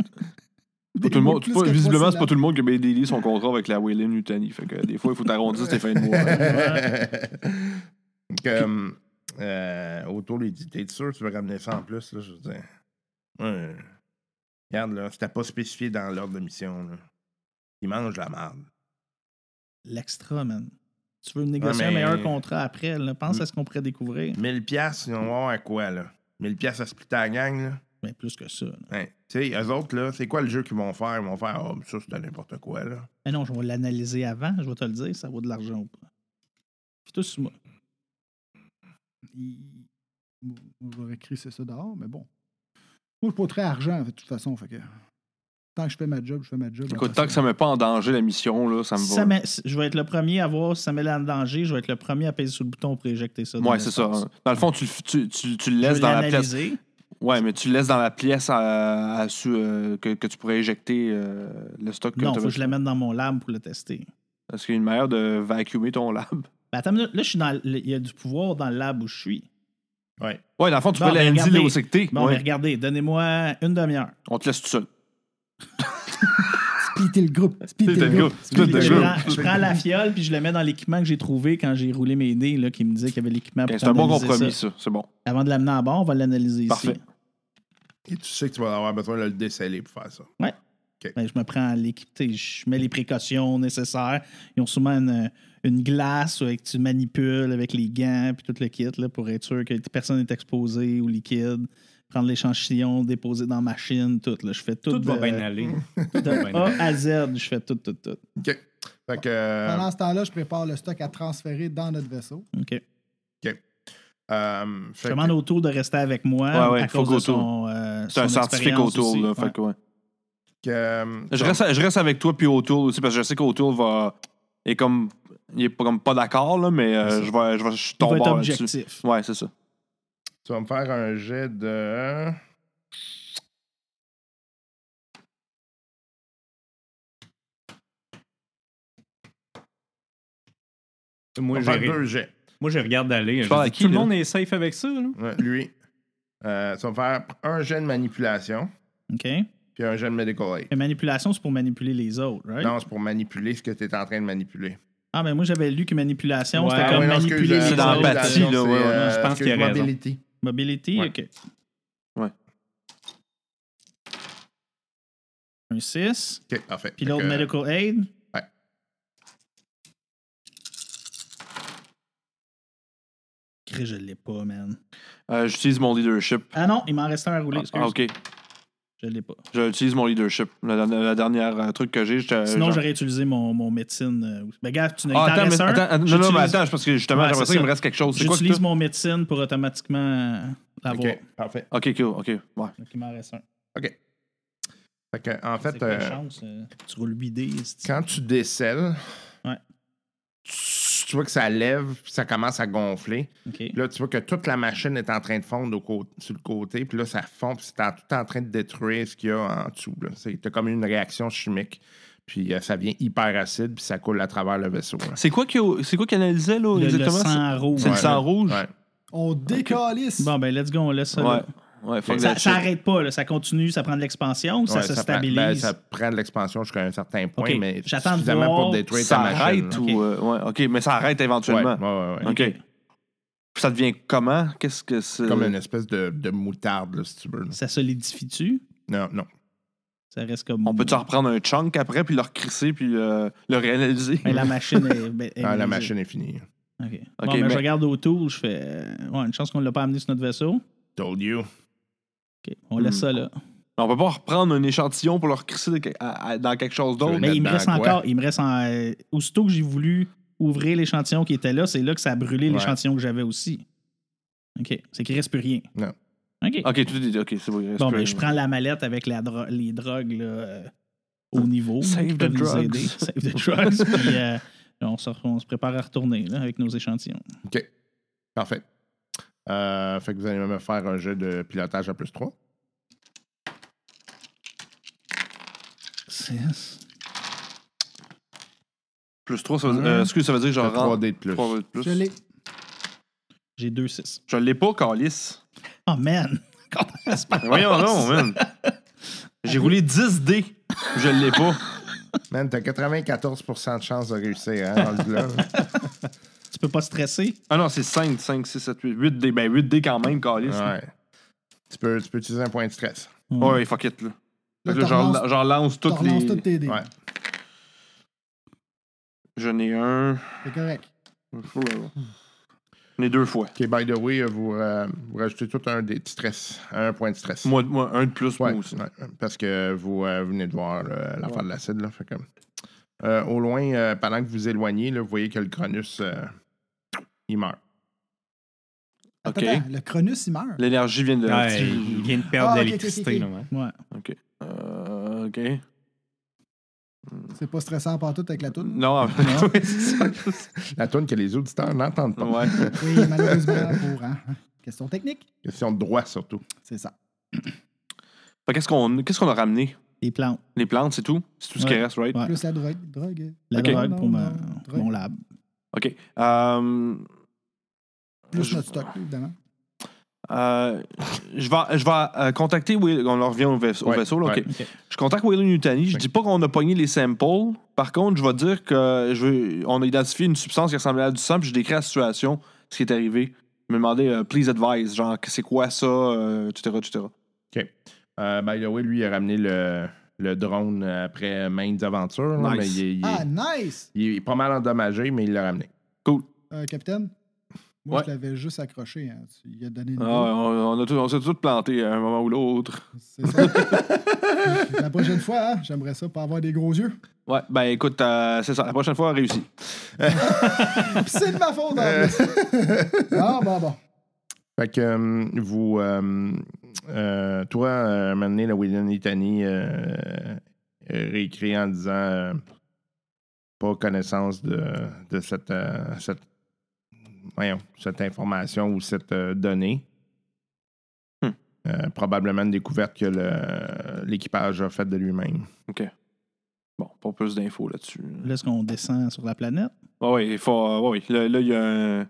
Speaker 4: c'est
Speaker 5: Des
Speaker 4: pas tout le
Speaker 5: mots
Speaker 4: monde,
Speaker 5: plus
Speaker 4: c'est pas-
Speaker 5: que trois
Speaker 4: visiblement, c'est pas
Speaker 5: syllabes.
Speaker 4: tout le monde qui a bien délié son contrat avec la Waylon Utani. Fait que des fois, il faut arrondir tes fins de mois.
Speaker 8: Comme euh, autour des t'es sûr que tu veux ramener ça en plus, là, je veux dire. Ouais. Regarde, là, c'était pas spécifié dans l'ordre de mission, là. Il mange la marde.
Speaker 6: L'extra, man. Tu veux négocier
Speaker 8: Ouais, mais-
Speaker 6: un meilleur contrat après, là.
Speaker 4: Mm.
Speaker 6: pense à ce qu'on pourrait découvrir.
Speaker 8: 1000 piastres, ils vont avoir à quoi, là? 1000 piastres à splitter à la gang, là?
Speaker 6: Mais plus que ça. là.
Speaker 8: Ouais. Tu sais, eux autres, là, c'est quoi le jeu qu'ils vont faire? Ils vont faire, oh, ça, c'était n'importe quoi, là.
Speaker 6: Mais non, je vais l'analyser avant, je vais te le dire, ça vaut de l'argent ou pas. Puis tout sur moi.
Speaker 5: Il- J'aurais crié ça dehors, mais bon. Moi, je suis pas très argent, de toute façon. Fait que... Tant que je fais ma job, je fais ma job.
Speaker 4: Écoute, tant que ça met pas en danger la mission, là, ça me
Speaker 6: Si
Speaker 4: va.
Speaker 6: ça met- si- je vais être le premier à voir si ça met en danger, je vais être le premier à appuyer sur le bouton pour éjecter ça. dans
Speaker 4: Ouais, c'est ça.
Speaker 6: l'espace.
Speaker 4: Dans le fond, tu, le f- tu, tu, tu le
Speaker 6: Je
Speaker 4: laisses
Speaker 6: vais
Speaker 4: dans la pièce.
Speaker 6: l'analyser.
Speaker 4: Ouais, mais tu le laisses dans la pièce à, à sous, euh, que, que tu pourrais éjecter euh, le stock que
Speaker 6: Non,
Speaker 4: t'avais-
Speaker 6: faut que je l'amène dans mon lab pour le tester.
Speaker 4: Est-ce qu'il y a une manière de vacuumer ton lab?
Speaker 6: Ben, attends, une minute, là, je suis dans le- il y a du pouvoir dans le lab où je suis.
Speaker 4: Ouais, dans le fond, tu
Speaker 6: Bon,
Speaker 4: peux
Speaker 6: ben,
Speaker 4: l'analyser
Speaker 6: regardez.
Speaker 4: là où c'est que t'es.
Speaker 6: Bon, ben,
Speaker 4: Ouais.
Speaker 6: mais regardez, donnez-moi une demi-heure.
Speaker 4: On te laisse tout seul.
Speaker 5: Splitter le groupe. Splitter
Speaker 4: Splitter
Speaker 5: le
Speaker 4: le
Speaker 5: groupe.
Speaker 4: groupe.
Speaker 5: splitter
Speaker 4: Splitter
Speaker 5: le
Speaker 6: Je
Speaker 5: groupe.
Speaker 6: prends, je prends la fiole puis je le mets dans l'équipement que j'ai trouvé quand j'ai roulé mes dés, là, qui me disait qu'il y avait l'équipement pour
Speaker 4: Ben, c'est un bon
Speaker 6: analyser
Speaker 4: compromis,
Speaker 6: ça.
Speaker 4: ça. C'est bon.
Speaker 6: Avant de l'amener à bord, on va l'analyser ici.
Speaker 4: Parfait.
Speaker 8: Et tu sais que tu vas avoir besoin de le déceler pour faire ça.
Speaker 6: Ben, je me prends l'équipe, tu sais, je mets les précautions nécessaires. Ils ont souvent une, une glace avec que tu manipules avec les gants puis tout le kit là, pour être sûr que personne n'est exposé au liquide. Prendre l'échantillon, déposer dans la machine, tout. Là. Je fais tout,
Speaker 7: Tout va
Speaker 6: de-
Speaker 7: bien aller.
Speaker 6: de
Speaker 7: va bien
Speaker 6: A à Z, je fais tout, tout, tout.
Speaker 8: Fait que, euh,
Speaker 5: Pendant ce temps-là, je prépare le stock à transférer dans notre vaisseau.
Speaker 6: OK.
Speaker 8: euh,
Speaker 6: Je
Speaker 8: fait
Speaker 6: demande autour de rester avec moi
Speaker 4: Ouais, ouais,
Speaker 6: à
Speaker 4: faut
Speaker 6: cause de
Speaker 4: qu'Autour-
Speaker 6: son, euh,
Speaker 4: C'est un
Speaker 6: son
Speaker 4: scientifique
Speaker 6: expérience
Speaker 4: autour,
Speaker 6: aussi.
Speaker 4: là.
Speaker 6: Ouais.
Speaker 4: Fait que, ouais.
Speaker 8: que, euh,
Speaker 4: Je reste, je reste avec toi puis autour aussi parce que je sais qu'autour va est comme il est pas- comme pas d'accord là, mais euh, je vais je vais je suis
Speaker 6: Il va
Speaker 4: tombé
Speaker 6: être
Speaker 4: là-dessus.
Speaker 6: objectif.
Speaker 4: Ouais, c'est ça.
Speaker 8: Tu vas me faire un jet de.
Speaker 7: Moi,
Speaker 8: On
Speaker 7: je
Speaker 8: va faire deux jets.
Speaker 7: Moi, je regarde aller. Je
Speaker 4: parles à
Speaker 7: dis,
Speaker 4: qui,
Speaker 7: tout le
Speaker 4: là?
Speaker 7: monde est safe avec ça. Là.
Speaker 8: Ouais, lui. Euh, tu vas me faire un jet de manipulation,
Speaker 6: OK.
Speaker 8: puis un jet de medical aid.
Speaker 6: Mais manipulation, c'est pour manipuler les autres, right?
Speaker 8: Non, c'est pour manipuler ce que tu es en train de manipuler.
Speaker 6: Ah, mais moi, j'avais lu que manipulation,
Speaker 7: Ouais,
Speaker 6: c'était comme
Speaker 8: oui, non, excuse,
Speaker 6: manipuler
Speaker 8: euh,
Speaker 6: les
Speaker 4: C'est dans
Speaker 6: autres.
Speaker 4: l'empathie,
Speaker 8: manipulation,
Speaker 4: là,
Speaker 8: c'est,
Speaker 4: ouais, ouais,
Speaker 8: euh,
Speaker 7: je pense qu'il a
Speaker 8: excuse,
Speaker 7: raison.
Speaker 8: mobility.
Speaker 6: Mobility,
Speaker 7: Ouais.
Speaker 6: OK.
Speaker 4: Ouais.
Speaker 6: Un 6.
Speaker 8: Ok, parfait.
Speaker 6: Puis
Speaker 8: Fait
Speaker 6: l'autre,
Speaker 8: que,
Speaker 6: medical aid.
Speaker 8: Ouais.
Speaker 6: Cré, je l'ai pas, man.
Speaker 4: Euh, j'utilise mon leadership.
Speaker 6: Ah non, il m'en restait un à rouler.
Speaker 4: Ah,
Speaker 6: excuse.
Speaker 4: ah, OK.
Speaker 6: Je l'ai pas.
Speaker 4: J'utilise mon leadership. La, dernière- la dernière euh, truc que j'ai, je te-
Speaker 6: Sinon,
Speaker 4: j'en-
Speaker 6: j'aurais utilisé mon, mon médecine. euh, aussi. Ben, gars, tu n'as
Speaker 4: Ah,
Speaker 6: il t'en
Speaker 4: attends, mais,
Speaker 6: reste un.
Speaker 4: attends, attends, non, non, mais
Speaker 6: J'utilise-
Speaker 4: attends, parce que justement,
Speaker 6: Ouais,
Speaker 4: j'aimerais
Speaker 6: c'est
Speaker 4: ça qu'il
Speaker 6: ça.
Speaker 4: me reste quelque chose. C'est quoi que
Speaker 6: J'utilise
Speaker 4: t'as?
Speaker 6: mon médecine pour automatiquement euh, l'avoir.
Speaker 8: Ok, parfait.
Speaker 4: OK, cool, OK. Ouais.
Speaker 6: Donc, il m'en reste un.
Speaker 8: Fait que, en
Speaker 6: C'est
Speaker 8: fait,
Speaker 6: quoi la
Speaker 8: euh,
Speaker 6: chance, euh, tu roules 8 dés. c'est-
Speaker 8: quand tu décèles,
Speaker 6: Ouais.
Speaker 8: tu tu vois que ça lève, puis ça commence à gonfler.
Speaker 6: OK.
Speaker 8: Puis Là, tu vois que toute la machine est en train de fondre au cô- sur le côté, puis là, ça fond, puis c'est en- tout en train de détruire ce qu'il y a en dessous. là. C'est t'as comme une réaction chimique, puis euh, ça vient hyper acide, puis ça coule à travers le vaisseau. là.
Speaker 4: C'est quoi qu'il y a- c'est quoi qu'il analysait, là,
Speaker 6: Le, le
Speaker 4: exactement?
Speaker 6: sang rouge.
Speaker 4: C'est le sang rouge?
Speaker 8: Ouais.
Speaker 5: On décalisse.
Speaker 6: Bon, ben, let's go, on laisse ça.
Speaker 4: Ouais.
Speaker 6: là.
Speaker 4: Ouais, fuck
Speaker 6: Ça
Speaker 4: that
Speaker 6: ça
Speaker 4: shit.
Speaker 6: arrête pas, là, ça continue, ça prend de l'expansion, ça
Speaker 8: Ouais,
Speaker 6: se
Speaker 8: prend-
Speaker 6: stabilise.
Speaker 8: ben, ça prend de l'expansion jusqu'à un certain point,
Speaker 6: Ok,
Speaker 8: mais
Speaker 6: j'attends de
Speaker 8: suffisamment
Speaker 6: voir
Speaker 8: pour détruire
Speaker 4: Ça
Speaker 8: ta machine.
Speaker 4: arrête
Speaker 8: là.
Speaker 4: ou. euh, ouais, ok, mais ça arrête
Speaker 8: Ouais,
Speaker 4: éventuellement.
Speaker 8: ouais, ouais, ouais.
Speaker 4: Ok. Ça devient comment Qu'est-ce que c'est
Speaker 8: Comme une espèce de, de moutarde, là, si tu veux. là.
Speaker 6: Ça solidifie-tu?
Speaker 8: Non, non.
Speaker 6: Ça reste comme.
Speaker 4: On peut-tu en reprendre un chunk après, puis le recrisser, puis euh, le réaliser
Speaker 6: Mais la machine est. ben, est
Speaker 8: Ah, la
Speaker 6: brisée.
Speaker 8: machine est finie.
Speaker 6: OK. Bon, ben,
Speaker 4: mais-
Speaker 6: Je regarde autour, je fais. euh, ouais, une chance qu'on ne l'a pas amené sur notre vaisseau.
Speaker 8: Told you.
Speaker 6: OK, On laisse
Speaker 4: Hmm.
Speaker 6: ça là.
Speaker 4: On peut pas reprendre un échantillon pour le recrisser de que- à- à- dans quelque chose d'autre.
Speaker 6: Oh, Mais il me
Speaker 8: dedans,
Speaker 6: reste
Speaker 8: quoi?
Speaker 6: encore. Il me reste en, euh, aussitôt que j'ai voulu ouvrir l'échantillon qui était là, c'est là que ça a brûlé
Speaker 8: Ouais.
Speaker 6: l'échantillon que j'avais aussi. OK. C'est qu'il ne reste plus rien.
Speaker 8: Non.
Speaker 6: OK.
Speaker 4: Ok, tout est ok, c'est bon. il reste
Speaker 6: Bon,
Speaker 4: Ah, plus
Speaker 6: ben,
Speaker 4: rien.
Speaker 6: je prends la mallette avec la dro- les drogues là, euh, au niveau.
Speaker 4: Save
Speaker 6: qui
Speaker 4: the
Speaker 6: peuvent nous
Speaker 4: drugs.
Speaker 6: aider. Save the drugs. Puis euh, on, se, on se prépare à retourner là, avec nos échantillons.
Speaker 8: Parfait. Euh, fait que vous allez me faire un jeu de pilotage à plus 3.
Speaker 6: 6.
Speaker 4: Plus 3, ça veut dire. euh, excuse, ça veut dire que je rentre.
Speaker 8: 3D de plus.
Speaker 4: 3 de plus.
Speaker 5: Je l'ai.
Speaker 6: J'ai 2 6.
Speaker 4: Je l'ai pas, Calis.
Speaker 6: Oh man! Comment ça se passe?
Speaker 4: Voyons non, man. J'ai roulé 10 dés. Je l'ai pas.
Speaker 8: Man, t'as 94 de chance de réussir, hein, rendu là.
Speaker 6: Tu peux pas stresser?
Speaker 4: Ah non, c'est 5, 5, 6, 7, 8. 8 dés. Ben 8 dés quand même, Calis. Ouais,
Speaker 8: Ouais. Tu peux, tu peux utiliser un point de stress.
Speaker 4: fuck it, là.
Speaker 5: Là,
Speaker 4: Fait que là,
Speaker 5: t'en relances-
Speaker 4: j'en j'en lance
Speaker 5: t'en
Speaker 4: toutes
Speaker 5: relances
Speaker 4: les.
Speaker 5: toutes tes dés.
Speaker 8: Ouais.
Speaker 4: J'en ai un.
Speaker 5: C'est correct.
Speaker 4: J'en ai deux fois.
Speaker 8: OK, by the way, euh, vous, euh, vous rajoutez tout un dé de stress, un point de stress.
Speaker 4: Moi, moi un de plus,
Speaker 8: Ouais,
Speaker 4: moi aussi.
Speaker 8: ouais, parce que vous euh, venez de voir euh, l'affaire de l'acide. Là, fait que, euh, au loin, euh, pendant que vous vous éloignez, là, vous voyez que le Cronus, euh, il meurt.
Speaker 4: Ok.
Speaker 5: Attends, attends, le Cronus, il meurt.
Speaker 4: L'énergie vient de.
Speaker 7: Ouais, il vient de perdre
Speaker 5: Ah, ok, ok,
Speaker 7: d'électricité,
Speaker 5: ok.
Speaker 7: là, ouais.
Speaker 6: Ouais.
Speaker 4: Euh, ok.
Speaker 5: C'est pas stressant par tout avec la toune.
Speaker 4: Non, en fait, oui, c'est ça.
Speaker 8: La toune que les auditeurs n'entendent pas.
Speaker 4: Ouais.
Speaker 5: Oui, malheureusement, pour. hein. Question technique,
Speaker 8: Question de droit, surtout.
Speaker 5: c'est ça.
Speaker 4: Fait qu'est-ce qu'on qu'est-ce qu'on a ramené
Speaker 6: Les plantes.
Speaker 4: Les plantes, c'est tout C'est tout ce qui
Speaker 6: Ouais.
Speaker 4: reste, right
Speaker 6: Ouais.
Speaker 5: Plus la drogue. drogue.
Speaker 6: La
Speaker 4: Ok.
Speaker 6: drogue
Speaker 5: Non,
Speaker 6: pour ma-
Speaker 5: non, drogue.
Speaker 6: mon lab.
Speaker 4: Ok. Euh,
Speaker 5: Plus
Speaker 4: Je-
Speaker 5: notre stock, évidemment.
Speaker 4: euh, je vais, je vais euh, contacter Will. On en revient au, vais- au
Speaker 8: Ouais,
Speaker 4: vaisseau. Là, ok.
Speaker 8: ouais.
Speaker 6: Ok.
Speaker 4: Je contacte Will Newtony. Je
Speaker 8: Ouais.
Speaker 4: dis pas qu'on a pogné les samples. Par contre, je vais dire que je veux- on a identifié une substance qui ressemblait à du sang. Puis je décris la situation, ce qui est arrivé. Je me demandais, euh, please advise, genre, c'est quoi ça, euh, etc., etc.
Speaker 8: Euh, by the way, lui, il a ramené le, le drone après maintes aventures. là,
Speaker 4: Nice.
Speaker 8: mais il, est- il est-
Speaker 5: Ah, nice!
Speaker 8: il est pas mal endommagé, mais il l'a ramené.
Speaker 5: Euh, capitaine, moi,
Speaker 4: Ouais.
Speaker 5: je l'avais juste accroché. hein. Tu- Il a donné une.
Speaker 4: Ah, on, on a tout- on s'est tous plantés à un moment ou l'autre.
Speaker 5: C'est ça. la prochaine fois, hein, j'aimerais ça pas avoir des gros yeux.
Speaker 4: Ouais, ben écoute, euh, c'est ça. La prochaine fois, réussi.
Speaker 5: Puis c'est de ma faute, en
Speaker 4: Euh.
Speaker 5: plus. Ah, bon, bon.
Speaker 8: Fait que euh, vous. euh, euh, toi, euh, maintenant, la William Litany euh, euh, réécrit en disant euh, pas connaissance de, de cette, euh, cette, voyons, cette information ou cette euh, donnée.
Speaker 4: Hmm.
Speaker 8: Euh, probablement une découverte que le- l'équipage a faite de lui-même.
Speaker 4: Bon, pas plus d'infos là-dessus.
Speaker 6: Là, est-ce qu'on descend sur la planète?
Speaker 4: Oui, ouais, il faut. euh, ouais, ouais. Là, là, il y a un-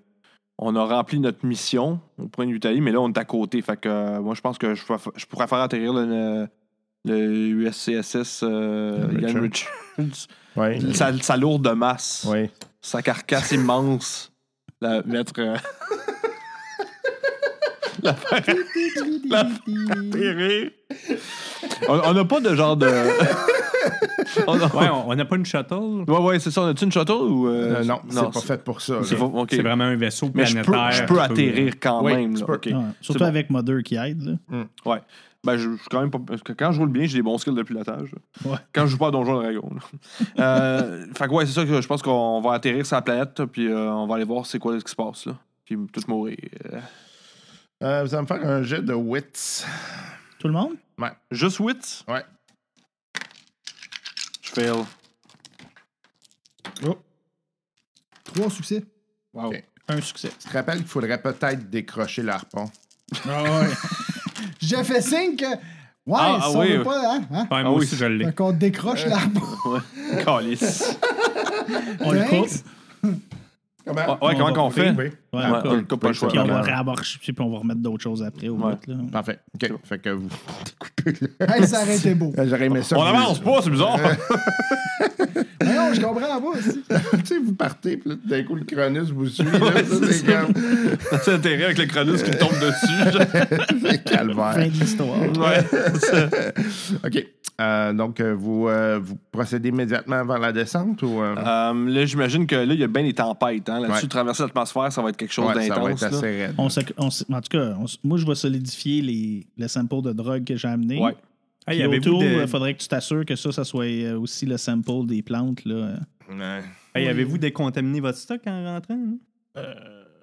Speaker 4: On a rempli notre mission au point de l'Italie, mais là, on est à côté. Fait que euh, moi, je pense que je, pourrais fa- je pourrais faire atterrir le, le USCSS euh,
Speaker 8: Le
Speaker 4: Ian
Speaker 8: Richard.
Speaker 4: Richards.
Speaker 8: Oui.
Speaker 4: sa, sa lourde masse,
Speaker 8: Oui. Euh,
Speaker 4: sa carcasse immense, la mettre. euh, la faire atterrir. On on n'a pas de genre de. on a-
Speaker 7: Ouais, on on n'a pas une shuttle.
Speaker 4: Ouais, ouais, c'est ça. On a-tu une shuttle ou. euh,
Speaker 8: Euh, non, c'est pas fait pour ça.
Speaker 4: c'est
Speaker 8: là.
Speaker 4: pas- ok.
Speaker 7: C'est vraiment un vaisseau
Speaker 4: Mais je
Speaker 7: planétaire.
Speaker 4: peux, je peux
Speaker 7: qui euh,
Speaker 4: atterrir quand
Speaker 8: Oui,
Speaker 4: même.
Speaker 8: tu
Speaker 4: là.
Speaker 8: peux.
Speaker 4: Ok.
Speaker 6: Ouais. Surtout
Speaker 4: bon.
Speaker 6: avec Mother qui aide. Là.
Speaker 4: Ben, je, je suis quand même pas. parce que Quand je roule bien, j'ai des bons skills de pilotage. là.
Speaker 6: Ouais.
Speaker 4: Quand je joue pas à Donjon Dragon. là. euh, fait que ouais, c'est ça que je pense qu'on va atterrir sur la planète, puis euh, on va aller voir c'est quoi ce qui se passe. Là. Puis tout mourir. Euh,
Speaker 8: Euh, vous allez me faire un jet de wits.
Speaker 6: Tout le monde?
Speaker 4: juste 8
Speaker 8: Ouais.
Speaker 4: Je fail.
Speaker 5: Trois succès.
Speaker 4: Wow.
Speaker 8: Ok.
Speaker 6: Un succès.
Speaker 8: Tu te rappelles qu'il faudrait peut-être décrocher l'harpon.
Speaker 5: J'ai fait signe que. Ouais,
Speaker 4: Ah,
Speaker 5: si
Speaker 4: ah
Speaker 5: on
Speaker 4: oui, oui.
Speaker 5: veut
Speaker 4: Euh.
Speaker 5: pas, hein? hein?
Speaker 7: Ouais,
Speaker 4: Ah
Speaker 7: moi
Speaker 4: oui.
Speaker 7: aussi, je l'ai.
Speaker 5: Fait qu'on décroche l'arbre.
Speaker 4: Calice.
Speaker 6: On le
Speaker 5: Thanks.
Speaker 6: coupe.
Speaker 3: Comment?
Speaker 4: Ah, ouais, comment
Speaker 6: va
Speaker 4: qu'on fait?
Speaker 7: Oui.
Speaker 6: Ouais,
Speaker 4: Ouais,
Speaker 6: on
Speaker 4: on coupe pas le choix.
Speaker 6: puis on va réaborcher, puis on va remettre d'autres choses après au
Speaker 4: Ouais.
Speaker 6: bout. Là.
Speaker 8: Parfait. OK. Fait que vous
Speaker 5: Hey, ça aurait été beau.
Speaker 8: Ben, J'aurais aimé ça.
Speaker 4: On
Speaker 8: vous-
Speaker 4: avance pas, c'est bizarre.
Speaker 5: Mais non, je comprends pas aussi.
Speaker 8: tu sais, vous partez, puis là, tout d'un coup, le cronus vous suit. Là, ça, c'est comme-
Speaker 4: C'est intérêt avec le chronus qui tombe dessus.
Speaker 8: c'est calvaire.
Speaker 6: Fin de l'histoire.
Speaker 4: ouais.
Speaker 8: OK. Euh, donc, euh, vous, euh, vous procédez immédiatement vers la descente ou. euh,
Speaker 4: Euh, là, j'imagine que là, il y a bien des tempêtes. Hein. Là-dessus,
Speaker 8: Ouais.
Speaker 4: traverser l'atmosphère, ça va être quelque chose
Speaker 8: ouais, ça va
Speaker 4: d'intense.
Speaker 8: être assez
Speaker 4: là.
Speaker 8: raide.
Speaker 6: On se- on se- en tout cas, on se- moi, je vais solidifier les, le sample de drogue que j'ai amené.
Speaker 4: Ouais.
Speaker 6: Puis
Speaker 7: Hey, avez-vous
Speaker 6: autour, il
Speaker 4: euh,
Speaker 7: de-
Speaker 6: faudrait que tu t'assures que ça, ça soit euh, aussi le sample des plantes. Là.
Speaker 8: Ouais.
Speaker 7: Hey, avez-vous décontaminé votre stock en rentrant? non?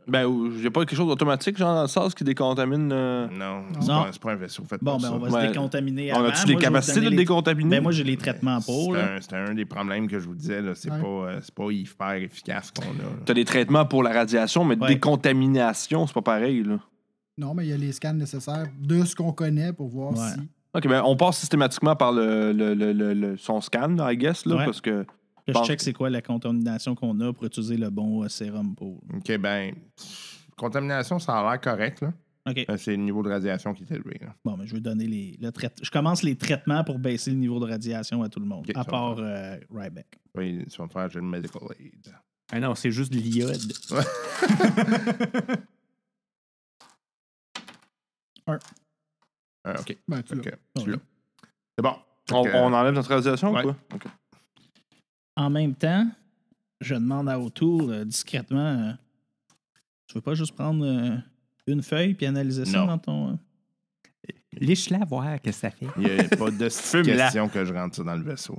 Speaker 4: Ben, il n'y a pas quelque chose d'automatique, genre dans le sens qui décontamine. euh,
Speaker 8: Non,
Speaker 6: Non.
Speaker 8: c'est pas, c'est pas un vaisseau fait
Speaker 6: Bon,
Speaker 8: pour
Speaker 6: ben,
Speaker 8: ça.
Speaker 6: on va se
Speaker 4: Ouais.
Speaker 6: décontaminer
Speaker 4: On
Speaker 6: avant.
Speaker 4: a-tu des
Speaker 6: Moi, je vais
Speaker 4: capacités
Speaker 6: vous
Speaker 4: de
Speaker 6: donner
Speaker 4: le
Speaker 6: les-
Speaker 4: décontaminer?
Speaker 6: Ben, moi, j'ai les traitements pour.
Speaker 8: C'était
Speaker 6: Là.
Speaker 8: un- C'était un, des problèmes que je vous disais. là. C'est
Speaker 5: Ouais.
Speaker 8: pas, euh, c'est pas hyper efficace qu'on a. là.
Speaker 4: T'as des traitements pour la radiation, mais
Speaker 6: Ouais.
Speaker 4: décontamination, c'est pas pareil. Là.
Speaker 5: Non, mais il y a les scans nécessaires de ce qu'on connaît pour voir
Speaker 6: Ouais.
Speaker 5: si.
Speaker 4: OK, ben, on passe systématiquement par le, le- le- le- le- son scan, I guess, là,
Speaker 6: Ouais.
Speaker 4: parce que.
Speaker 6: Que
Speaker 4: Bon.
Speaker 6: Je check c'est quoi la contamination qu'on a pour utiliser le bon euh, sérum pour.
Speaker 8: OK, ben. pff, Contamination, ça a l'air correct. là.
Speaker 6: OK.
Speaker 8: Euh, C'est le niveau de radiation qui est élevé. là.
Speaker 6: Bon, ben, je vais donner les, le trait- Je commence les traitements pour baisser le niveau de radiation à tout le monde,
Speaker 8: Ok,
Speaker 6: à
Speaker 8: ça va
Speaker 6: part euh, Ryback.
Speaker 8: Oui, Ils vont faire j'ai le medical aid.
Speaker 7: Ah non, c'est juste de l'iode.
Speaker 8: Ah, OK.
Speaker 5: Ben, tu l'as.
Speaker 8: ok. Tu l'as. C'est bon.
Speaker 4: On,
Speaker 8: que-
Speaker 4: on enlève notre radiation
Speaker 8: Ouais.
Speaker 4: ou quoi? OK.
Speaker 6: En même temps, je demande à autour euh, discrètement euh, Tu veux pas juste prendre euh, une feuille puis analyser ça
Speaker 8: Non.
Speaker 6: dans ton. euh,
Speaker 7: Liche-la voir que ça fait.
Speaker 8: Il n'y a pas de petite
Speaker 4: Fume-la.
Speaker 8: question que je rentre ça dans le vaisseau.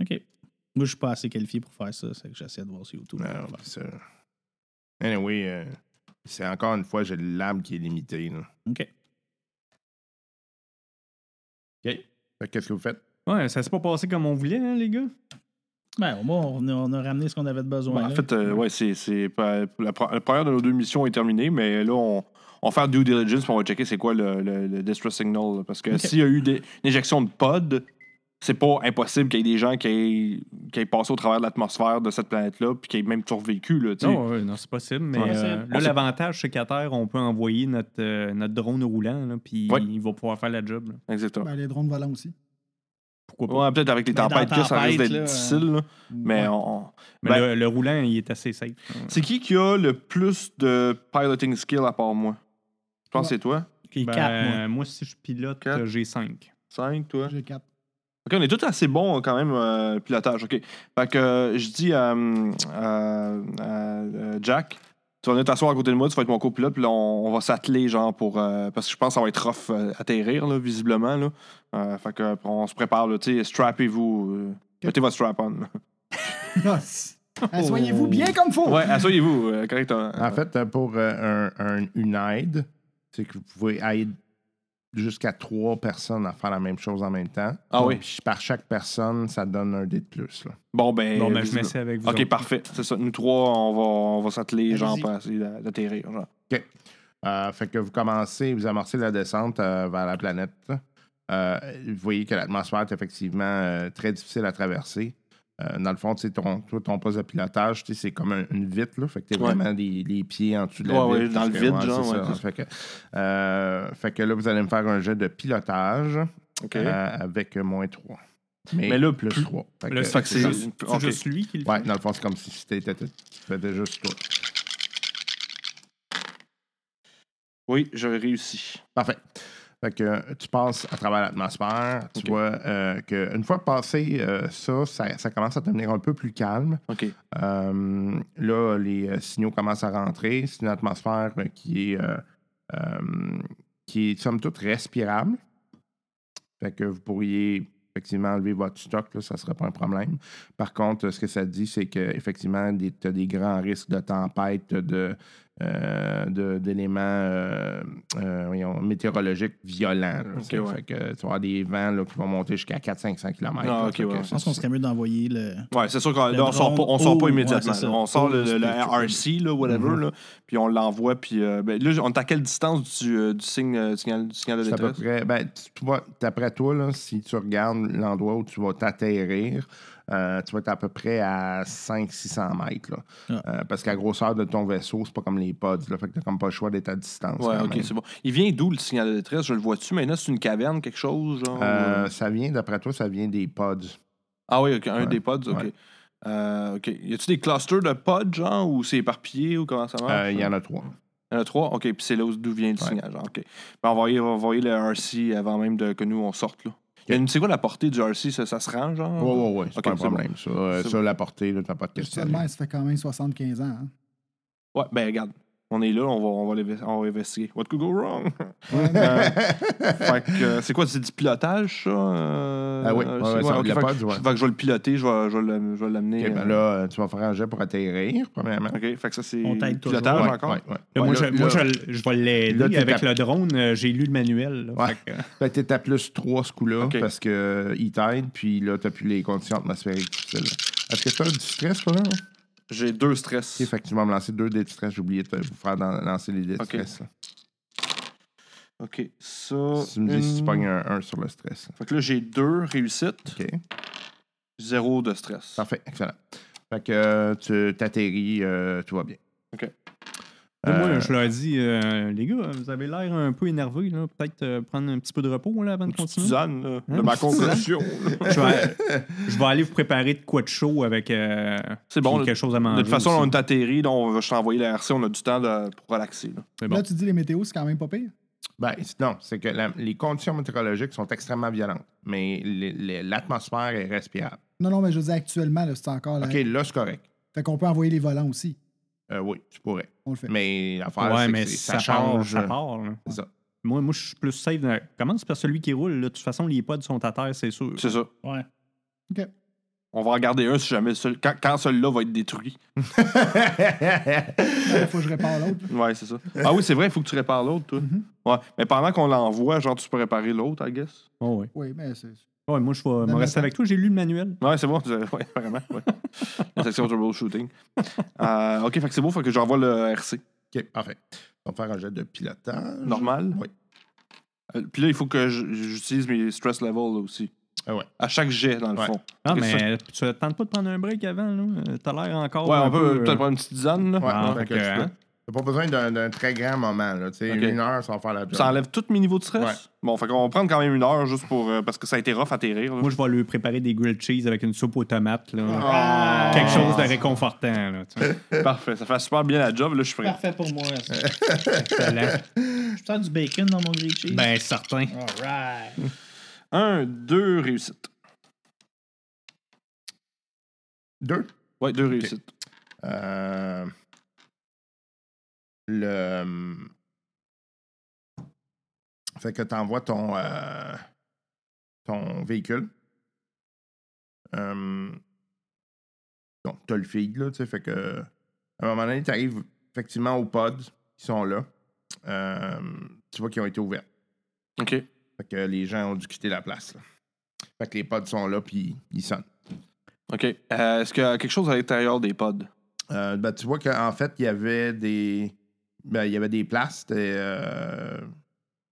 Speaker 6: OK. Moi, je suis pas assez qualifié pour faire ça, c'est que j'essaie de voir sur YouTube.
Speaker 8: Non, Euh, c'est ça. Anyway, euh, c'est encore une fois, j'ai le lab qui est limité. là.
Speaker 6: OK.
Speaker 8: Fait que Qu'est-ce que vous faites?
Speaker 7: Ouais, ça s'est pas passé comme on voulait, hein, les gars?
Speaker 6: Ben, au moins, on a, on a ramené ce qu'on avait de besoin.
Speaker 4: Ben, en
Speaker 6: là.
Speaker 4: fait, euh, ouais, c'est, c'est pas- la, pre- la première de nos deux missions est terminée, mais là, on, on va faire due diligence puis on va checker c'est quoi le, le- le distress signal. là, Parce que
Speaker 6: Ok.
Speaker 4: s'il y a eu des, une éjection de pod, c'est pas impossible qu'il y ait des gens qui aient, qui aient passé au travers de l'atmosphère de cette planète-là puis qui aient même survécu. Là, tu sais.
Speaker 7: Non, ouais, non c'est possible, mais
Speaker 4: Ouais.
Speaker 7: euh,
Speaker 4: On
Speaker 7: là,
Speaker 4: sait-
Speaker 7: l'avantage, c'est qu'à terre, on peut envoyer notre, euh, notre drone roulant, là, puis
Speaker 4: Ouais.
Speaker 7: il va pouvoir faire la job. là.
Speaker 4: Exactement.
Speaker 5: Ben, les drones volants aussi.
Speaker 7: Pourquoi pas?
Speaker 4: Ouais, peut-être avec les
Speaker 6: Mais dans
Speaker 4: tempêtes, que ça risque
Speaker 6: tempête,
Speaker 4: d'être
Speaker 6: là,
Speaker 4: difficile, là, mais
Speaker 6: Ouais.
Speaker 4: on- on-
Speaker 7: Mais
Speaker 4: Ben-
Speaker 7: le, le roulant, il est assez safe. Euh,
Speaker 4: c'est qui qui a le plus de piloting skill à part moi? Je pense que c'est toi.
Speaker 6: OK,
Speaker 7: Ben,
Speaker 6: quatre, moi.
Speaker 7: moi. si je pilote,
Speaker 4: Quatre.
Speaker 7: euh, j'ai 5.
Speaker 4: 5, toi?
Speaker 5: J'ai quatre.
Speaker 4: OK, on est tous assez bons quand même, euh, pilotage. OK. Fait que euh, je dis à euh, euh, euh, Jack, tu vas venir t'asseoir à côté de moi, tu vas être mon copilote, puis là, on, on va s'atteler, genre, pour. euh, parce que je pense que ça va être rough euh, atterrir, là, visiblement. Là. Euh, fait que euh, on se prépare, là, tu sais, strappez-vous. euh, Mettez votre strap-on.
Speaker 5: Yes. Ah,
Speaker 8: Oh.
Speaker 5: Soignez-vous bien comme faut.
Speaker 4: Ouais, asseyez-vous, euh, correctement.
Speaker 8: En fait, euh, pour euh, un- un- une aide, c'est que vous pouvez aider jusqu'à trois personnes à faire la même chose en même temps.
Speaker 4: Ah oui.
Speaker 8: Puis par chaque personne, ça donne un dé de plus. là.
Speaker 4: Bon, ben.
Speaker 7: Bon, ben, je
Speaker 4: visiblement.
Speaker 7: m'essaie avec vous.
Speaker 4: OK,
Speaker 7: autres.
Speaker 4: parfait. C'est ça. Nous trois, on va, on va s'atteler, genre,
Speaker 6: Allez-y.
Speaker 4: pour essayer d'a- d'atterrir. genre.
Speaker 8: Euh, fait que vous commencez, vous amorcez la descente euh, vers la planète. là. Euh, vous voyez que l'atmosphère est effectivement euh, très difficile à traverser. Euh, dans le fond, tu sais, ton, toi, ton poste de pilotage, tu sais, c'est comme un- une vitre, là, fait que t'es
Speaker 4: Ouais.
Speaker 8: vraiment les, les pieds en dessous de la
Speaker 4: Ouais, ouais,
Speaker 8: vitre.
Speaker 4: dans le
Speaker 8: parce
Speaker 4: vide, genre,
Speaker 8: c'est
Speaker 4: ouais,
Speaker 8: ça.
Speaker 4: c'est ça.
Speaker 8: Fait, que, euh, fait que là, vous allez me faire un jet de pilotage
Speaker 4: OK.
Speaker 8: euh, avec euh, moins 3. Mais,
Speaker 4: Mais là,
Speaker 8: plus
Speaker 4: plus-
Speaker 8: 3. Fait
Speaker 7: Là,
Speaker 8: que-
Speaker 7: c'est
Speaker 4: c'est-
Speaker 7: juste, c'est
Speaker 4: OK.
Speaker 7: juste lui qui le fait.
Speaker 8: Ouais, dans le fond, c'est comme si c'était- t'étais- tu faisais juste toi.
Speaker 4: Oui, je réussis.
Speaker 8: Parfait. Fait que euh, tu passes à travers l'atmosphère, tu
Speaker 4: Ok.
Speaker 8: vois euh, que une fois passé euh, ça, ça, ça commence à devenir un peu plus calme.
Speaker 4: OK.
Speaker 8: Euh, là, les euh, signaux commencent à rentrer. C'est une atmosphère euh, qui est, euh, euh, qui est somme toute respirable. Fait que vous pourriez effectivement enlever votre stock, là, ça ne serait pas un problème. Par contre, euh, ce que ça dit, c'est qu'effectivement, tu as des grands risques de tempête, de, euh, de- d'éléments euh, euh, voyons, météorologiques violents. là.
Speaker 4: Ok,
Speaker 8: C'est-
Speaker 4: ouais.
Speaker 8: fait que tu vas avoir des vents là, qui vont monter jusqu'à 400-500 km.
Speaker 4: Ah, ok, ouais.
Speaker 6: Je pense qu'on serait mieux d'envoyer le.
Speaker 4: Ouais, c'est sûr qu'on
Speaker 6: Le
Speaker 4: là, on sort pas,
Speaker 6: drone
Speaker 4: on sort
Speaker 6: ou-
Speaker 4: pas immédiatement.
Speaker 6: ouais, c'est ça. Mhm.
Speaker 4: là. on sort
Speaker 6: Ou
Speaker 4: le, le- le
Speaker 6: spectre.
Speaker 4: RC, là, whatever, là, puis on l'envoie. Puis euh, ben, là, on est à quelle distance du, euh, du signe, euh, du signal, du signal de
Speaker 8: C'est à peu
Speaker 4: détresse?
Speaker 8: près. Ben, tu- tu vois, d'après toi, là, si tu regardes l'endroit où tu vas t'atterrir, euh, tu vas être à peu près à 500-600 mètres. là.
Speaker 6: Ah.
Speaker 8: Euh, parce qu'à grosseur de ton vaisseau, c'est pas comme les pods. Là, fait que t'as comme pas le choix d'être à distance.
Speaker 4: Ouais,
Speaker 8: quand
Speaker 4: ok,
Speaker 8: même.
Speaker 4: c'est bon. Il vient d'où le signal de détresse Je le vois-tu maintenant C'est une caverne, quelque chose genre,
Speaker 8: Euh,
Speaker 4: ou-
Speaker 8: ça vient, d'après toi, ça vient des pods.
Speaker 4: Ah oui, ok, un
Speaker 8: ouais,
Speaker 4: des pods, ok.
Speaker 8: ouais.
Speaker 4: Euh, ok. Y a-tu des clusters de pods, genre, ou c'est éparpillé, ou comment ça
Speaker 8: Euh, Il
Speaker 4: marche
Speaker 8: y en a trois.
Speaker 4: Il y en a trois Ok, puis c'est là où- d'où vient le
Speaker 8: Ouais.
Speaker 4: signal, genre, ok. Ben, on va envoyer, on va envoyer le RC avant même de, que nous on sorte, là. Y a une- C'est quoi la portée du RC Ça, ça se rend, genre
Speaker 8: Oui, oui, oui, c'est
Speaker 4: Ok,
Speaker 8: pas un
Speaker 4: c'est bon.
Speaker 8: problème. Ça, Euh,
Speaker 4: C'est
Speaker 8: ça, la portée, là, t'as pas de question.
Speaker 5: Seulement, ça fait quand même 75 ans. hein.
Speaker 4: Ouais, ben regarde. On est là, on va, on va, les- on va investiguer. What could go wrong?
Speaker 5: Ouais, mais-
Speaker 4: Euh, fait que, euh, c'est quoi, c'est du pilotage, ça? euh,
Speaker 8: Ah oui,
Speaker 4: euh,
Speaker 8: ouais,
Speaker 4: c'est-
Speaker 8: ouais, ça,
Speaker 4: ok,
Speaker 8: le
Speaker 4: fait que-
Speaker 8: pod, ouais.
Speaker 4: fait que je vais le piloter, je vais, je vais le- je vais l'amener.
Speaker 8: Ok, ben
Speaker 4: euh,
Speaker 8: là, euh, tu vas faire un jet pour atterrir, premièrement.
Speaker 4: OK, fait que ça, c'est
Speaker 6: On t'aide
Speaker 4: pilotage
Speaker 6: toujours.
Speaker 8: Ouais,
Speaker 4: encore.
Speaker 8: ouais, ouais.
Speaker 7: moi,
Speaker 8: Ouais,
Speaker 7: je,
Speaker 8: là-
Speaker 7: moi,
Speaker 8: là-
Speaker 7: je- je vais l'aider
Speaker 8: Là, t'es
Speaker 7: avec
Speaker 8: à-
Speaker 7: le drone. euh, J'ai lu le manuel. là.
Speaker 8: Ouais.
Speaker 7: Fait que-
Speaker 8: Fait que t'es à plus 3 ce coup-là
Speaker 4: Ok.
Speaker 8: parce que euh, il t'aide, puis là, t'as plus les conditions atmosphériques difficiles. Est-ce que t'as du stress, toi, là? Ok,
Speaker 4: J'ai deux stress.
Speaker 8: fait que tu vas me lancer deux dés de stress. J'ai oublié de te vous faire dan- lancer les dés de
Speaker 4: Ok.
Speaker 8: stress. là.
Speaker 4: OK, ça...
Speaker 8: Si tu me dis si tu
Speaker 4: une-
Speaker 8: pognes un 1 sur le stress. là.
Speaker 4: Fait que là, j'ai deux réussites,
Speaker 8: Ok,
Speaker 4: zéro de stress.
Speaker 8: parfait, excellent. Fait que euh, tu t'atterris, euh, tout va bien.
Speaker 4: Ok.
Speaker 7: Là, moi,
Speaker 8: Euh,
Speaker 7: je leur dis, euh, les gars, vous avez l'air un peu énervé. là. Peut-être euh, prendre un petit peu de repos là, avant de
Speaker 4: Une petite
Speaker 7: continuer.
Speaker 4: tisane, là,
Speaker 7: Hein,
Speaker 4: de ma
Speaker 7: une petite tisane?
Speaker 4: conclusion.
Speaker 7: je, vais, je vais aller vous préparer de quoi de chaud avec euh,
Speaker 4: C'est bon,
Speaker 7: puis
Speaker 4: là.
Speaker 7: quelque chose à manger.
Speaker 4: De toute façon,
Speaker 7: aussi.
Speaker 4: on est atterri, donc on va- je t'ai envoyé la RC, on a du temps de- pour relaxer. là.
Speaker 7: C'est bon.
Speaker 5: Là, tu dis les météos, c'est quand même pas pire.
Speaker 8: Ben, c'est- non, c'est que la- les conditions météorologiques sont extrêmement violentes, mais les- les- l'atmosphère est respirable.
Speaker 5: Non, non, mais je dis actuellement, là, c'est encore là.
Speaker 8: OK, là, c'est correct.
Speaker 5: Fait qu'on peut envoyer les volants aussi.
Speaker 8: Euh, oui, tu pourrais.
Speaker 5: On le fait.
Speaker 8: Mais l'affaire,
Speaker 7: Ouais,
Speaker 8: c'est
Speaker 7: mais
Speaker 8: que c'est-
Speaker 7: ça,
Speaker 8: ça, change. euh,
Speaker 4: euh,
Speaker 7: Part, ça part, là.
Speaker 8: C'est ça.
Speaker 7: Moi, moi, je suis plus safe. dans- Commence par celui qui roule. là. De toute façon, les pods sont à terre, c'est sûr.
Speaker 4: C'est ça.
Speaker 6: Ouais.
Speaker 5: OK.
Speaker 4: On va en garder un si jamais seul, quand, quand celui-là va être détruit.
Speaker 5: Il faut que je répare l'autre.
Speaker 4: Ouais, c'est ça. Mm-hmm. Ah oui, c'est vrai, il faut que tu répares l'autre, toi. Ouais. Mais pendant qu'on l'envoie, genre, tu peux réparer l'autre, I guess.
Speaker 7: Oh, ouais.
Speaker 5: Oui, mais c'est.
Speaker 7: Ouais, moi, je vais me
Speaker 5: mais
Speaker 7: rester
Speaker 5: attends.
Speaker 7: avec toi. J'ai lu le manuel.
Speaker 4: Ouais, c'est bon. tu- Ouais, vraiment. Ouais. La section troubleshooting. Euh, ok, fait que c'est beau, fait que j'envoie le RC.
Speaker 8: OK, parfait. On va faire un jet de pilotage.
Speaker 4: Normal.
Speaker 8: Oui.
Speaker 4: Euh, Puis là, il faut que je- j'utilise mes stress levels là, aussi.
Speaker 8: Ah ouais.
Speaker 4: À chaque jet, dans le
Speaker 8: Ouais.
Speaker 4: fond.
Speaker 7: Ah,
Speaker 4: Qu'est-ce que
Speaker 7: mais tu ne tentes pas de prendre un break avant, là? Euh, T'as l'air encore.
Speaker 4: Ouais,
Speaker 7: un
Speaker 4: on peut
Speaker 7: peu, euh,
Speaker 4: peut-être prendre une petite tisane. Là.
Speaker 8: Ouais,
Speaker 7: Ah,
Speaker 8: fait
Speaker 7: fait
Speaker 8: que euh,
Speaker 7: que,
Speaker 8: tu peux.
Speaker 7: hein.
Speaker 8: T'as pas besoin d'un d'un très grand moment. Là. Tu sais,
Speaker 4: OK.
Speaker 8: Une heure, ça va faire la job.
Speaker 4: Ça enlève tout mes niveaux de stress.
Speaker 8: Ouais.
Speaker 4: Bon, fait qu'on va prendre quand même une heure juste pour. euh, parce que ça a été rough à atterrir. là.
Speaker 7: Moi, je vais lui préparer des grilled cheese avec une soupe aux tomates. Là.
Speaker 8: Ah!
Speaker 7: Quelque chose de réconfortant. Là, tu sais.
Speaker 4: Parfait. Ça fait super bien la job. Là, je suis prêt.
Speaker 6: Parfait pour moi. ça.
Speaker 7: Excellent.
Speaker 6: Je sens du bacon dans mon grilled cheese.
Speaker 7: ben, certain.
Speaker 6: All right.
Speaker 4: Un, deux réussites.
Speaker 8: Deux.
Speaker 4: Ouais, deux réussites.
Speaker 8: Euh, le. euh, Fait que t'envoies ton, euh, ton véhicule. Euh, Donc, t'as le feed, là, tu sais. Fait que. À un moment donné, t'arrives effectivement aux pods qui sont là. Euh, tu vois qu'ils ont été ouverts.
Speaker 4: Ok.
Speaker 8: Fait que les gens ont dû quitter la place. là. Fait que les pods sont là, puis ils sonnent.
Speaker 4: Ok. Euh, Est-ce qu'il y a quelque chose à l'intérieur des pods
Speaker 8: Euh, ben, tu vois qu'en fait, il y avait des. ben, il y avait des places. c'était, euh,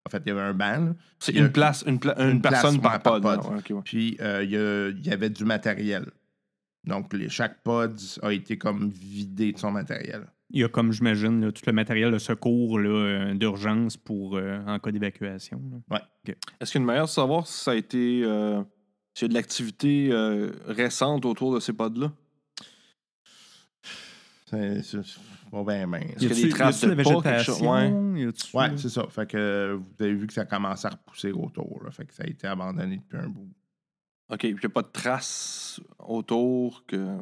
Speaker 8: En fait, il y avait un banc. là.
Speaker 4: C'est
Speaker 8: Il y a-
Speaker 4: une place, une, pla- une
Speaker 8: une place,
Speaker 4: personne
Speaker 8: ouais,
Speaker 4: par
Speaker 8: par
Speaker 4: pod.
Speaker 8: pod.
Speaker 4: non, ok, ouais.
Speaker 8: Puis euh, il y a- il y, avait du matériel. Donc, les, chaque pod a été comme vidé de son matériel.
Speaker 7: Il y a, comme j'imagine, là, tout le matériel de secours là, euh, d'urgence pour euh, en cas d'évacuation. là.
Speaker 4: Est-ce qu'il y a une manière de savoir si ça a été. euh, s'il y a de l'activité euh, récente autour de ces pods-là
Speaker 8: C'est c'est- bon, ben, mince.
Speaker 4: Y a-tu-
Speaker 7: Y
Speaker 4: des traces
Speaker 7: a-tu
Speaker 4: de pas, quelque chose? Ouais.
Speaker 7: Y a-tu-
Speaker 8: Ouais, c'est ça. Fait que euh, vous avez vu que ça commençait à repousser autour. là. Fait que ça a été abandonné depuis un bout.
Speaker 4: Ok, puis il n'y a pas de traces autour que.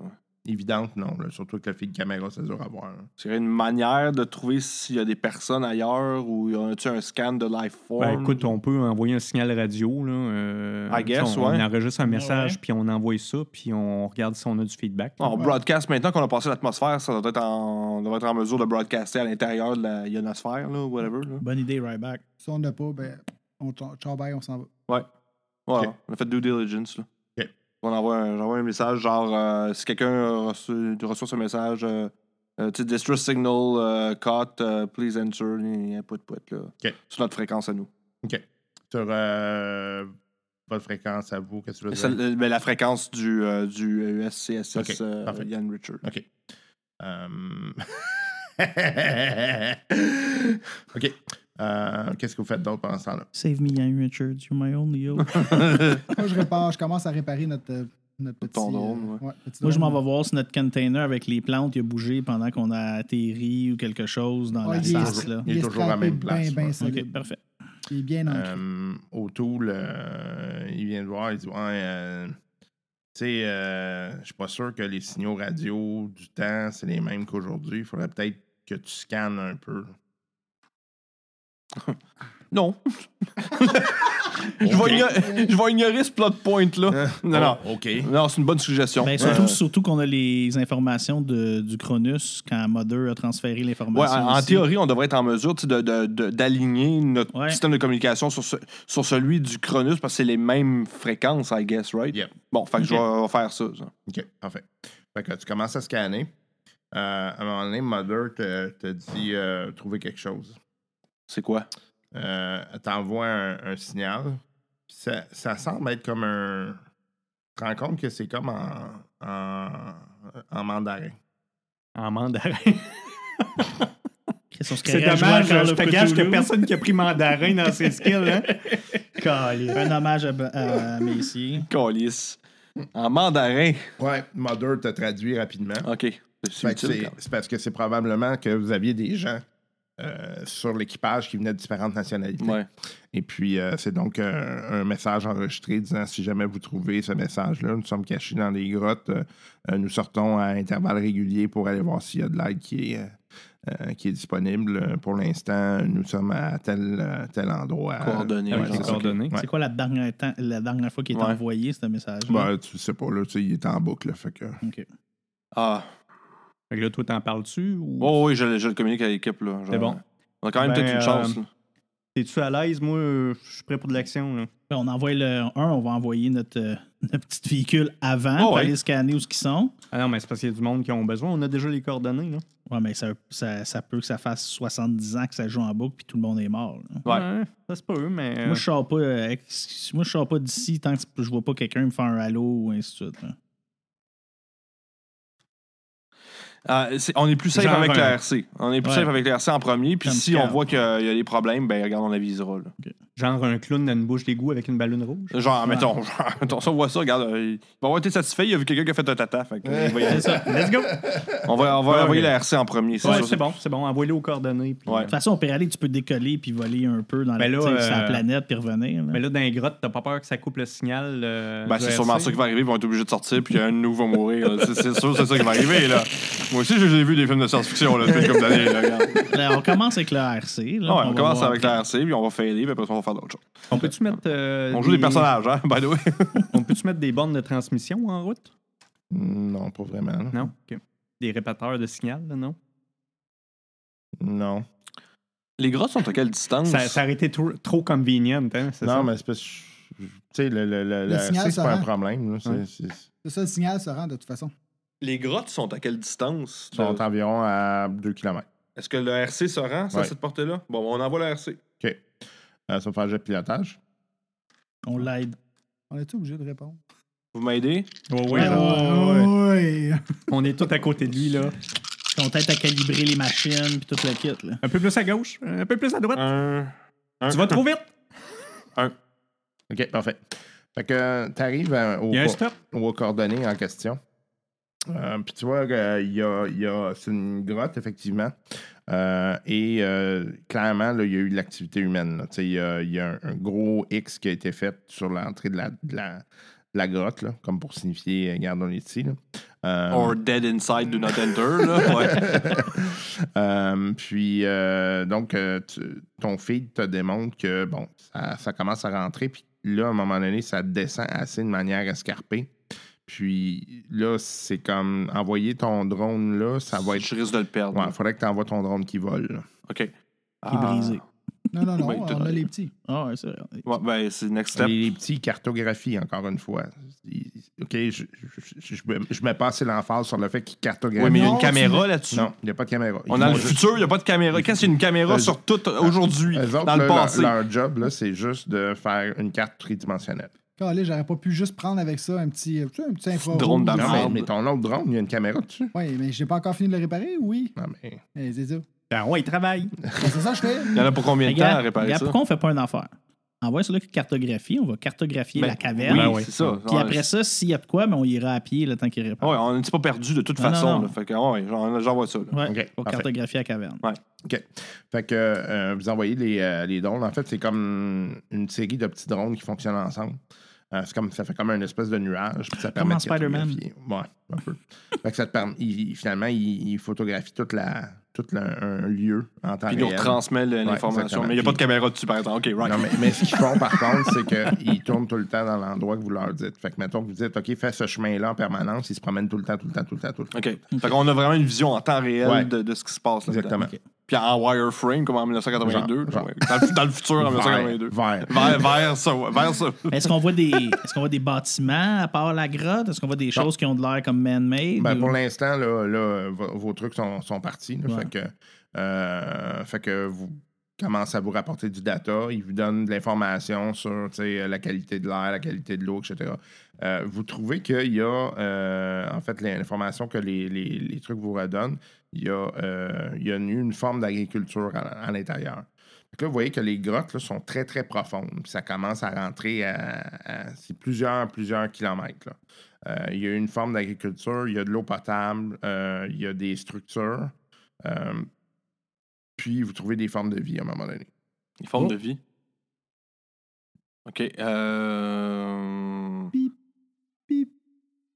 Speaker 8: Évidente, non. là. Surtout que le fil de caméra, c'est dur à voir. là.
Speaker 4: C'est une manière de trouver s'il y a des personnes ailleurs ou y a-tu un scan de life form?
Speaker 7: Ben, écoute, on peut envoyer un signal radio. Là, euh,
Speaker 4: I guess,
Speaker 7: tu sais, on, on
Speaker 4: ouais.
Speaker 7: enregistre un message,
Speaker 6: Ouais.
Speaker 7: puis on envoie ça, puis on regarde si on a du feedback.
Speaker 4: On broadcast maintenant qu'on a passé l'atmosphère, ça doit être en, on devrait être en mesure de broadcaster à l'intérieur de la ionosphère, là, whatever. là.
Speaker 6: Bonne idée, right back.
Speaker 5: Si on n'a pas, ben, on t- ciao, bye, on s'en va.
Speaker 4: Ouais,
Speaker 8: Ok.
Speaker 4: on a fait due diligence. Là.
Speaker 8: Ok.
Speaker 4: On envoie un, j'envoie un message genre euh, si quelqu'un a reçu- reçoit ce message, euh, euh, tu sais, distress signal euh, caught, euh, please enter, et put put là,
Speaker 8: Ok.
Speaker 4: sur notre fréquence à nous.
Speaker 8: Sur euh, votre fréquence à vous, qu'est-ce que tu veux
Speaker 4: Ça,
Speaker 8: dire?
Speaker 4: le- ben, la fréquence du, euh, du USCSS
Speaker 8: Ok,
Speaker 4: euh,
Speaker 8: parfait.
Speaker 4: Ian Richard.
Speaker 8: OK. Euh, OK. Euh, qu'est-ce que vous faites d'autre pendant ce temps-là?
Speaker 6: Save me, Ian Richards, you're my only hope.
Speaker 5: Moi, je répare, je commence à réparer notre, euh, notre petit.
Speaker 4: Ton drone,
Speaker 5: euh,
Speaker 4: ouais.
Speaker 5: ouais, petit
Speaker 6: Moi, je m'en
Speaker 5: drone.
Speaker 6: vais voir si notre container avec les plantes il a bougé pendant qu'on a atterri ou quelque chose dans
Speaker 5: Ouais,
Speaker 6: la
Speaker 5: Ah, il est-
Speaker 6: sas. Là.
Speaker 8: il est toujours à la
Speaker 5: scrappé
Speaker 8: même place,
Speaker 5: bien, bien
Speaker 8: ouais.
Speaker 5: solide.
Speaker 6: Ok, parfait.
Speaker 5: Il est
Speaker 4: Ah,
Speaker 5: bien ancré.
Speaker 8: Euh, O'Toole, euh, il vient de voir, il dit Ouais, euh, tu sais, euh, je suis pas sûr que les signaux radio du temps, c'est les mêmes qu'aujourd'hui. Il faudrait peut-être que tu scannes un peu.
Speaker 4: Non. je, vais ignorer, je vais ignorer ce plot point-là. non, non.
Speaker 8: Oh, OK.
Speaker 4: Non, c'est une bonne suggestion.
Speaker 6: Ben, surtout
Speaker 4: Euh,
Speaker 6: surtout qu'on a les informations de- du Cronus quand Mother a transféré
Speaker 4: Ouais,
Speaker 6: l'information.
Speaker 4: en, en
Speaker 6: ici.
Speaker 4: théorie, on devrait être en mesure tu sais, de- de- de- d'aligner notre
Speaker 6: Ouais.
Speaker 4: système de communication sur, ce- sur celui du Cronus parce que c'est les mêmes fréquences, I guess, right?
Speaker 8: Yep.
Speaker 4: Bon, fait que je vais faire ça. ça.
Speaker 8: OK, parfait. Fait que tu commences à scanner. Euh, à un moment donné, Mother te, te dit euh, trouver quelque chose.
Speaker 4: C'est quoi?
Speaker 8: Euh, elle t'envoie un, un signal. Puis Ça, ça semble être comme un. Tu te rends compte que c'est comme en, en, en mandarin.
Speaker 7: En mandarin.
Speaker 6: Qu'est-ce qu'on se
Speaker 7: C'est
Speaker 6: créerait à jouer à
Speaker 7: dommage,
Speaker 6: Call
Speaker 7: je
Speaker 6: of
Speaker 7: te gage qu'il
Speaker 6: Cthulhu?
Speaker 7: n'y a personne qui a pris mandarin dans ses skills. Hein? Calé.
Speaker 6: Un hommage à, à Messier.
Speaker 4: Calice. En mandarin.
Speaker 8: Ouais, Mother te traduit rapidement.
Speaker 4: OK. Ah, C'est
Speaker 8: Fait que
Speaker 4: utile,
Speaker 8: C'est c'est parce que c'est probablement que vous aviez des gens euh, sur l'équipage qui venaient de différentes nationalités.
Speaker 4: quand même. Ouais.
Speaker 8: Et puis, euh, c'est donc euh, un message enregistré disant si jamais vous trouvez ce message-là, nous sommes cachés dans les grottes. euh, euh, nous sortons à intervalles réguliers pour aller voir s'il y a de l'aide qui est, euh, euh, qui est disponible. Euh, Pour l'instant, nous sommes à tel, euh, tel endroit.
Speaker 4: Coordonnées,
Speaker 8: Ouais,
Speaker 4: genre.
Speaker 8: c'est ça.
Speaker 7: coordonnées.
Speaker 8: Ouais.
Speaker 6: C'est quoi la dernière, temps- la dernière fois qu'il est
Speaker 4: Ouais.
Speaker 6: envoyé, ce message
Speaker 8: Ben, tu sais pas, là, tu sais, il est en boucle. là, fait que...
Speaker 4: Ah.
Speaker 7: Fait que là, toi, t'en parles-tu? Ou...
Speaker 4: Oh, oui, je, le- je le communique à l'équipe. là. genre.
Speaker 7: C'est bon.
Speaker 4: On a quand même
Speaker 7: Ben,
Speaker 4: peut-être une chance.
Speaker 7: euh,
Speaker 4: là.
Speaker 7: T'es-tu à l'aise? Moi, euh, je suis prêt pour de l'action. là.
Speaker 6: Ben, On envoie le 1, on va envoyer notre, euh, notre petit véhicule avant
Speaker 4: Oh,
Speaker 6: pour
Speaker 4: ouais.
Speaker 6: aller scanner où ce qu'ils sont.
Speaker 7: Ah non, mais c'est parce qu'il y a du monde qui ont besoin. On a déjà les coordonnées. Là.
Speaker 6: Ouais, mais ça, ça, ça peut que ça fasse 70 ans que ça joue en boucle puis tout le monde est mort. là.
Speaker 4: Ouais.
Speaker 7: Ça, c'est pas eux, mais. euh,
Speaker 6: Moi, je sors pas, euh, ex- moi, je sors pas d'ici tant que je vois pas quelqu'un me faire un halo ou ainsi de suite. là.
Speaker 4: Ah, c'est- on est plus safe
Speaker 7: Genre,
Speaker 4: avec
Speaker 7: euh,
Speaker 4: la RC. On est plus
Speaker 6: ouais.
Speaker 4: safe avec la RC en premier. Puis
Speaker 6: Ça me
Speaker 4: si on
Speaker 6: calme.
Speaker 4: voit qu'il y a des problèmes, ben regarde, on avisera. là.
Speaker 7: Genre un clown dans une bouche d'égout avec une ballonne rouge.
Speaker 4: Genre, mettons, genre, mettons, si on voit ça, regarde, euh, il va avoir été satisfait, il a vu quelqu'un qui a fait un tata. fait que, euh, il va y aller.
Speaker 6: C'est ça.
Speaker 7: Let's go!
Speaker 4: On va, on va
Speaker 7: Ouais,
Speaker 4: envoyer
Speaker 7: mais-
Speaker 4: la RC en premier, c'est
Speaker 7: Ouais,
Speaker 4: sûr.
Speaker 7: c'est bon, c'est bon. Envoie-les aux coordonnées. puis-
Speaker 4: Ouais.
Speaker 6: De toute façon, au Pirelli, tu peux décoller puis voler un peu dans la,
Speaker 7: Ben là,
Speaker 6: tu sais, sur la
Speaker 7: euh,
Speaker 6: planète puis revenir. là.
Speaker 7: Mais là, dans les grottes, t'as pas peur que ça coupe le signal. euh,
Speaker 4: Ben,
Speaker 7: du
Speaker 4: c'est sûrement
Speaker 7: RC?
Speaker 4: ça qui va arriver, ils vont être obligés de sortir, puis un de nous va mourir. là. C'est c'est sûr, c'est ça qui va arriver, là. Moi aussi, j'ai j'ai vu des films de science-fiction, là, depuis comme d'années, là, regarde. Ouais,
Speaker 6: Là, on commence avec le RC. là, puis
Speaker 4: Ah on
Speaker 6: va
Speaker 4: commence
Speaker 6: voir.
Speaker 4: avec la RC, puis on va failer, puis après, ça, on va faire d'autres choses.
Speaker 7: On peut-tu mettre. euh,
Speaker 4: On joue des personnages, hein, by the way.
Speaker 7: On peut-tu mettre des bornes de transmission en route?
Speaker 8: hmm, Non, pas vraiment. là.
Speaker 7: Non? Ok. Des répéteurs de signal, là, non?
Speaker 8: Non.
Speaker 4: Les grottes sont à quelle distance?
Speaker 7: Ça, ça aurait été trop, trop convenient, hein? c'est
Speaker 8: Non,
Speaker 7: ça?
Speaker 8: mais c'est parce que. je- Tu sais, le, le, le, la
Speaker 5: signal
Speaker 8: RC, c'est pas
Speaker 5: sonore.
Speaker 8: un problème. là, c'est-
Speaker 7: Ouais.
Speaker 8: c'est-
Speaker 5: C'est ça, le signal se rend de toute façon.
Speaker 4: Les grottes sont à quelle distance?
Speaker 8: Ils sont environ à 2 km.
Speaker 4: Est-ce que le RC se rend, ça,
Speaker 8: Ouais.
Speaker 4: cette portée-là? Bon, on envoie le RC.
Speaker 8: Euh, ça va faire un jet de pilotage.
Speaker 6: On l'aide.
Speaker 5: On est-tu obligé de répondre? Ah
Speaker 4: Vous m'aidez?
Speaker 7: Ouais, ouais,
Speaker 5: Ouais,
Speaker 7: ouais,
Speaker 6: Ah
Speaker 7: ouais.
Speaker 5: ouais.
Speaker 7: On est tous à côté de lui, là.
Speaker 6: On t'aide à calibrer les machines puis tout le kit. Là.
Speaker 7: Un peu plus à gauche, un peu plus à droite.
Speaker 4: Un. un-
Speaker 7: Tu vas trop vite!
Speaker 8: OK, parfait. Fait que tu arrives au,
Speaker 7: Il y a un stop.
Speaker 8: aux coordonnées en question. Euh, Puis tu vois, euh, il y a, il y a- c'est une grotte, effectivement. Euh, et euh, clairement, là, il y a eu de l'activité humaine. là. Tu sais, Il y a, il y a un, un gros X qui a été fait sur l'entrée de la, de la, de la grotte, là, comme pour signifier, euh, garde, on est ici. là. Euh,
Speaker 4: Or dead inside, do not enter, là. Ouais.
Speaker 8: Euh, puis, euh, donc, euh, tu- ton feed te démontre que, bon, ça, ça commence à rentrer, puis là, à un moment donné, ça descend assez de manière escarpée. Puis là, c'est comme envoyer ton drone là, ça va être.
Speaker 4: Je risque de le perdre.
Speaker 8: Ouais, faudrait que tu envoies ton drone qui vole. là.
Speaker 4: OK.
Speaker 6: Il est brisé.
Speaker 5: Non, non, non,
Speaker 4: Ben,
Speaker 5: on a les petits.
Speaker 6: Ah, ouais, c'est vrai.
Speaker 4: Ouais, ben, c'est next step.
Speaker 8: Les, les petits cartographies, encore une fois. Il- OK, je, je, je, je mets- je mets pas assez l'emphase sur le fait qu'ils cartographient.
Speaker 4: Oui, mais il y a
Speaker 5: Non,
Speaker 4: une
Speaker 5: tu
Speaker 4: caméra là-dessus.
Speaker 8: Non, il n'y a pas de caméra.
Speaker 4: On
Speaker 8: Ils
Speaker 4: a
Speaker 8: vont
Speaker 4: le
Speaker 8: juste-
Speaker 4: futur, il n'y a pas de caméra. Qu'est-ce qu'il y a une caméra
Speaker 8: Eux-
Speaker 4: sur tout aujourd'hui,
Speaker 8: Eux autres,
Speaker 4: dans le
Speaker 8: là, leur-
Speaker 4: passé?
Speaker 8: Leur, job, là, c'est juste de faire une carte tridimensionnelle.
Speaker 5: Calé, j'aurais pas pu juste prendre avec ça un petit, tu sais, un petit infrarouge.
Speaker 4: drone dans
Speaker 8: Non,
Speaker 4: la
Speaker 8: mais,
Speaker 4: merde.
Speaker 8: mais ton autre drone, il y a une caméra dessus.
Speaker 5: Oui, mais j'ai pas encore fini de le réparer, oui.
Speaker 8: Non, mais.
Speaker 5: Eh, C'est ça.
Speaker 7: Ben, ouais, il travaille.
Speaker 5: Ben, c'est ça que je fais.
Speaker 4: Il y en a pour combien de temps à
Speaker 6: Regarde,
Speaker 4: réparer
Speaker 6: regarde,
Speaker 4: ça?
Speaker 6: pourquoi on fait pas une affaire? Envoie sur le cartographie, on va cartographier
Speaker 4: Ben,
Speaker 6: la caverne.
Speaker 4: Oui,
Speaker 7: Ben oui.
Speaker 4: c'est ça.
Speaker 6: Puis
Speaker 4: Ouais,
Speaker 6: après ça, s'il y a de quoi, ben, on ira à pied le temps qu'il répare.
Speaker 4: Ouais, on n'est pas perdu de toute
Speaker 6: Non, non,
Speaker 4: façon.
Speaker 6: non.
Speaker 4: là. Fait que, ah ouais, j'en- j'envoie ça. là.
Speaker 6: Ouais,
Speaker 8: Ok,
Speaker 6: pour
Speaker 8: parfait.
Speaker 6: cartographier la caverne.
Speaker 8: Fait que euh, vous envoyez les, euh, les drones. En fait, c'est comme une série de petits drones qui fonctionnent ensemble. Euh, c'est comme, ça fait comme un espèce de nuage. Puis ça permet
Speaker 6: en
Speaker 8: de
Speaker 6: Spider-Man.
Speaker 8: cartographier. Ouais, un peu. fait que ça te permet. il- il- finalement, il, il photographie toute la, tout le- un lieu en temps
Speaker 4: Puis il nous
Speaker 8: réel.
Speaker 4: retransmet le- l'information.
Speaker 8: exactement.
Speaker 4: mais il n'y a pas de
Speaker 8: Puis-
Speaker 4: caméra dessus, par exemple. OK, right.
Speaker 8: Non, mais, mais ce qu'ils font, par contre, c'est qu'ils tournent tout le temps dans l'endroit que vous leur dites. Fait que, mettons que vous dites, OK, fais ce chemin-là en permanence, ils se promènent tout le temps, tout le temps, tout le temps, tout le temps.
Speaker 4: OK. Fait qu'on a vraiment une vision en temps réel
Speaker 8: Ouais.
Speaker 4: de, de ce qui se passe. là-dedans.
Speaker 8: Exactement.
Speaker 4: Puis en wireframe, comme en 1982.
Speaker 8: Genre, genre.
Speaker 4: ouais. Dans, le, dans le futur, en 1982.
Speaker 8: Vert.
Speaker 4: Vers, vers ça. ouais, Vers ça.
Speaker 6: Est-ce qu'on voit des est-ce qu'on voit des bâtiments à part la grotte? Est-ce qu'on voit des choses qui ont de l'air comme man-made?
Speaker 8: Ben,
Speaker 6: ou-
Speaker 8: pour l'instant, là, là, vo- vos trucs sont, sont partis. là.
Speaker 6: Ouais.
Speaker 8: fait, que, euh, fait que vous commencez à vous rapporter du data. Ils vous donnent de l'information sur tu sais, euh, la qualité de l'air, la qualité de l'eau, etc. Euh, vous trouvez qu'il y a, euh, en fait, les- l'information que les, les- les trucs vous redonnent, il y a, euh, il y a une, une forme d'agriculture à, à l'intérieur. Fait que là, vous voyez que les grottes là, sont très, très profondes. Puis Ça commence à rentrer à, à- c'est plusieurs, plusieurs kilomètres. là. Euh, il y a une forme d'agriculture, il y a de l'eau potable, euh, il y a des structures. euh, puis vous trouvez des formes de vie à un moment donné.
Speaker 4: Une forme de vie. OK. Euh...
Speaker 5: Pip, pip,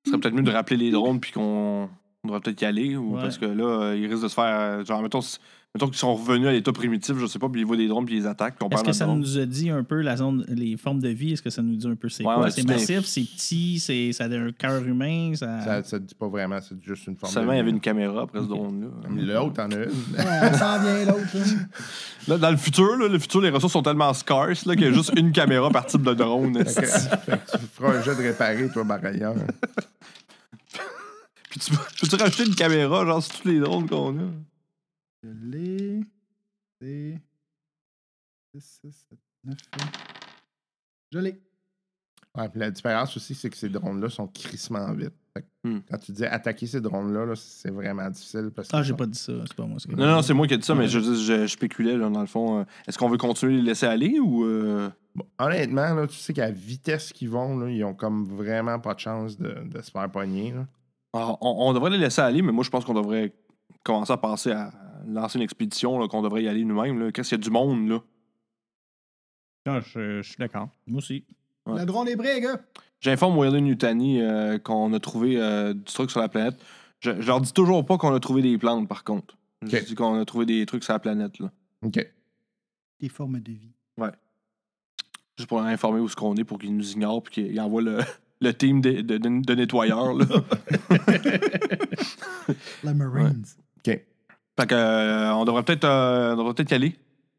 Speaker 4: Ce serait peut-être mieux de rappeler les drones puis qu'on on devrait peut-être y aller. Ou
Speaker 6: Ouais.
Speaker 4: Parce que là, euh, ils risquent de se faire. euh, Genre, mettons, si- mettons qu'ils sont revenus à l'état primitif, je sais pas, puis ils voient des drones puis ils les attaquent. Puis on
Speaker 6: Est-ce
Speaker 4: parle
Speaker 6: que ça
Speaker 4: de
Speaker 6: nous a dit un peu la zone, les formes de vie? Est-ce que ça nous dit un peu c'est
Speaker 4: Ouais,
Speaker 6: quoi?
Speaker 4: ouais,
Speaker 6: c'est
Speaker 4: tu t'es-
Speaker 6: massif, c'est petit, c'est, ça a un cœur humain, ça.
Speaker 8: Ça ne dit pas vraiment, c'est juste une forme
Speaker 4: Seulement, il y
Speaker 8: de
Speaker 4: avait
Speaker 8: vie.
Speaker 4: une caméra après ce drone-là.
Speaker 8: L'autre en a une.
Speaker 5: Ouais, on s'en vient l'autre. là.
Speaker 4: Là, dans le futur, là, le futur, les ressources sont tellement scarces là, qu'il y a juste une caméra par type de drone.
Speaker 8: Fait que- fait que tu feras un jeu de réparer, toi, par ailleurs.
Speaker 4: Puis tu peux-tu racheter une caméra, genre, sur tous les drones qu'on a?
Speaker 5: Je l'ai. C'est. 6, 6, 7, 9. Je l'ai.
Speaker 8: Ouais, puis la différence aussi, c'est que ces drones-là sont crissement vite. Fait que
Speaker 4: Hmm.
Speaker 8: Quand tu dis attaquer ces drones-là, là, c'est vraiment difficile. Parce que
Speaker 6: Ah, j'ai pas dit ça, c'est pas moi. ce que-
Speaker 4: Non, non, c'est moi qui ai dit ça, mais je, je, je spéculais, là, dans le fond. euh, Est-ce qu'on veut continuer de les laisser aller ou. euh,
Speaker 8: Bon, honnêtement, là, tu sais qu'à la vitesse qu'ils vont, là, ils ont comme vraiment pas de chance de, de se faire pogner. là.
Speaker 4: alors, on, on devrait les laisser aller, mais moi, je pense qu'on devrait commencer à penser à lancer une expédition, là, qu'on devrait y aller nous-mêmes. là. Qu'est-ce qu'il y a du monde, là?
Speaker 7: Non, Ah, je, je suis d'accord.
Speaker 6: Moi aussi.
Speaker 4: Ouais.
Speaker 5: Le drone est prêt, les gars.
Speaker 4: J'informe Waylon Yutani euh, qu'on a trouvé euh, du truc sur la planète. Je, je leur dis toujours pas qu'on a trouvé des plantes, par contre.
Speaker 8: Ok.
Speaker 4: Je dis qu'on a trouvé des trucs sur la planète, là.
Speaker 8: OK.
Speaker 5: Des formes de vie.
Speaker 4: Juste pour informer où ce qu'on est pour qu'ils nous ignorent puis qu'ils envoient le, le team de, de- de- de nettoyeurs. Là.
Speaker 5: La Marines.
Speaker 4: fait que, euh, on devrait peut-être euh, on devrait peut-être y aller.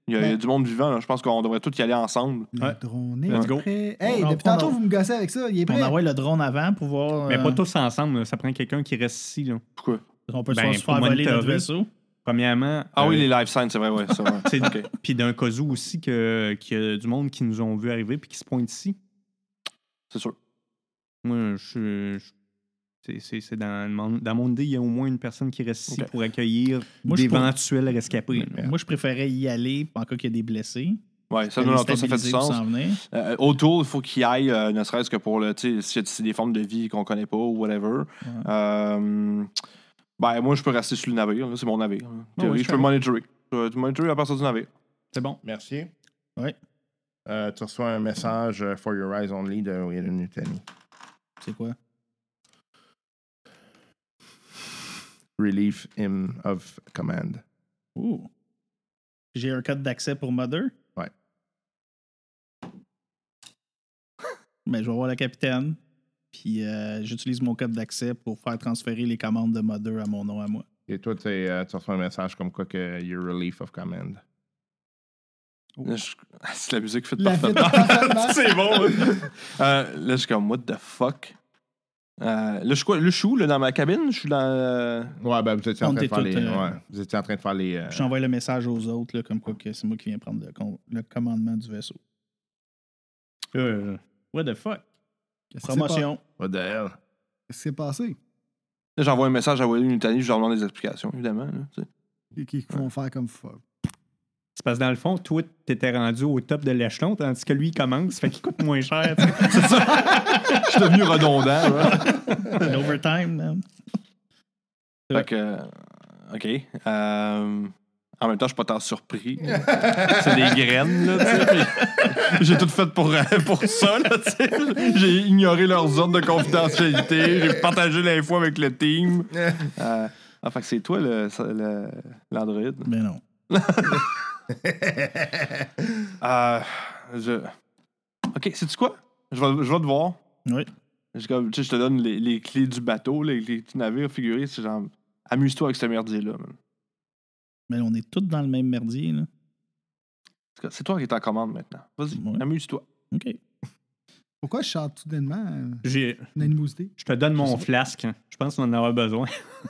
Speaker 4: Il y, a, il y a
Speaker 5: Ouais.
Speaker 4: du monde vivant, là. je pense qu'on devrait tous y aller ensemble.
Speaker 5: Le
Speaker 7: Ouais.
Speaker 5: drone est
Speaker 7: Let's go.
Speaker 5: prêt. Hey,
Speaker 6: On-
Speaker 5: depuis
Speaker 6: on-
Speaker 5: tantôt, vous me gossez avec ça. Il est prêt.
Speaker 6: On envoie le drone avant pour voir.
Speaker 7: Mais
Speaker 6: euh,
Speaker 7: pas tous ensemble, là. ça prend quelqu'un qui reste ici. Là.
Speaker 6: On peut
Speaker 7: Ben,
Speaker 6: se
Speaker 7: pour
Speaker 6: faire voler
Speaker 7: monitorer.
Speaker 6: notre vaisseau.
Speaker 7: Premièrement.
Speaker 4: Ah oui,
Speaker 7: euh,
Speaker 4: les life signs, c'est vrai, ouais, ça, ouais.
Speaker 7: C'est-
Speaker 4: Ok.
Speaker 7: Puis d'un cas où aussi que- qu'il y a du monde qui nous ont vu arriver puis qui se pointe ici.
Speaker 4: C'est sûr.
Speaker 7: Moi, je, je- c'est- c'est c'est dans, le monde- dans mon idée, il y a au moins une personne qui reste ici
Speaker 4: Ok.
Speaker 7: pour accueillir
Speaker 6: Moi, je suis pour-
Speaker 7: d'éventuels rescapés. là.
Speaker 6: Moi, je préférais y aller en cas qu'il y a des blessés.
Speaker 4: Ouais, ça,
Speaker 6: Les
Speaker 4: non, non, toi, ça fait du
Speaker 6: stabiliser pour
Speaker 4: sens.
Speaker 6: s'en venir.
Speaker 4: Euh, autour, il faut qu'il aille, euh, ne serait-ce que pour le. Tu sais, si c'est des formes de vie qu'on connaît pas ou whatever.
Speaker 6: Ouais.
Speaker 4: Euh, ben, moi, je peux rester sur le navire, là, c'est mon navire. là.
Speaker 7: Ah ouais,
Speaker 4: Théorie,
Speaker 7: c'est
Speaker 4: je peux monitorer. Je vais monitorer à partir du navire.
Speaker 7: C'est bon.
Speaker 8: Merci.
Speaker 6: Ouais.
Speaker 8: Euh, tu reçois un message euh, For Your Eyes Only de Whedon Nutani.
Speaker 6: C'est quoi?
Speaker 8: Relief him of command.
Speaker 6: Ouh. J'ai un code d'accès pour Mother.
Speaker 8: Ouais.
Speaker 6: Ben, je vais voir la capitaine. Puis euh, j'utilise mon code d'accès pour faire transférer les commandes de Mother à mon nom à moi.
Speaker 8: Et toi, tu euh, tu reçois un message comme quoi que Your Relief of command.
Speaker 4: Là, je- C'est la musique fait
Speaker 5: La fit
Speaker 4: parfaitement.
Speaker 5: parfaitement.
Speaker 4: c'est bon. Euh, là, je suis comme, what the fuck? Euh, là, je suis quoi? Là, je suis où, là, dans ma cabine? Je suis dans. euh,
Speaker 8: Ouais, ben vous étiez
Speaker 6: On
Speaker 8: en train de
Speaker 6: était
Speaker 8: faire les.
Speaker 6: toutes, euh,
Speaker 8: ouais, vous étiez en train de faire les. euh,
Speaker 6: Puis J'envoie le message aux autres, là, comme quoi que c'est moi qui viens prendre le, con- le commandement du vaisseau.
Speaker 7: Euh,
Speaker 6: What the fuck?
Speaker 5: Qu'est-ce qui s'est
Speaker 6: Promotion.
Speaker 8: Pas de L.
Speaker 5: pas- Qu'est-ce qui s'est passé?
Speaker 4: Là, J'envoie un message à William Nutani, je leur demande des explications, évidemment. là, tu sais.
Speaker 5: Et qui vont faire comme fuck.
Speaker 7: C'est parce que dans le fond, toi, t'étais rendu au top de l'échelon, tandis que lui, il commence, fait qu'il coûte moins cher. tu sais.
Speaker 4: Je suis devenu redondant. là.
Speaker 6: L'overtime, man.
Speaker 4: Fait que, euh, OK. euh, en même temps, je suis pas tant surpris. C'est des graines, là, tu sais. puis J'ai tout fait pour, euh, pour ça, là, tu sais. J'ai ignoré leur zone de confidentialité. J'ai partagé l'info avec le team. Euh, ah, fait que c'est toi, le- ça- le- l'Android.
Speaker 6: Mais Ben non.
Speaker 4: Euh, je... OK, sais-tu quoi? Je vais, je vais te voir.
Speaker 6: Oui.
Speaker 4: Je, comme, tu sais, je te donne les, les clés du bateau, les clés du navire figuré. C'est genre, amuse-toi avec ce merdier-là, man.
Speaker 6: Mais on est tous dans le même merdier, là.
Speaker 4: En tout cas, C'est toi qui es en commande maintenant. Vas-y,
Speaker 6: Ouais.
Speaker 4: amuse-toi.
Speaker 6: OK.
Speaker 5: Pourquoi je chante soudainement euh,
Speaker 7: J'ai-
Speaker 5: une animosité?
Speaker 7: Je te donne mon flasque. hein. Je pense qu'on en aura besoin.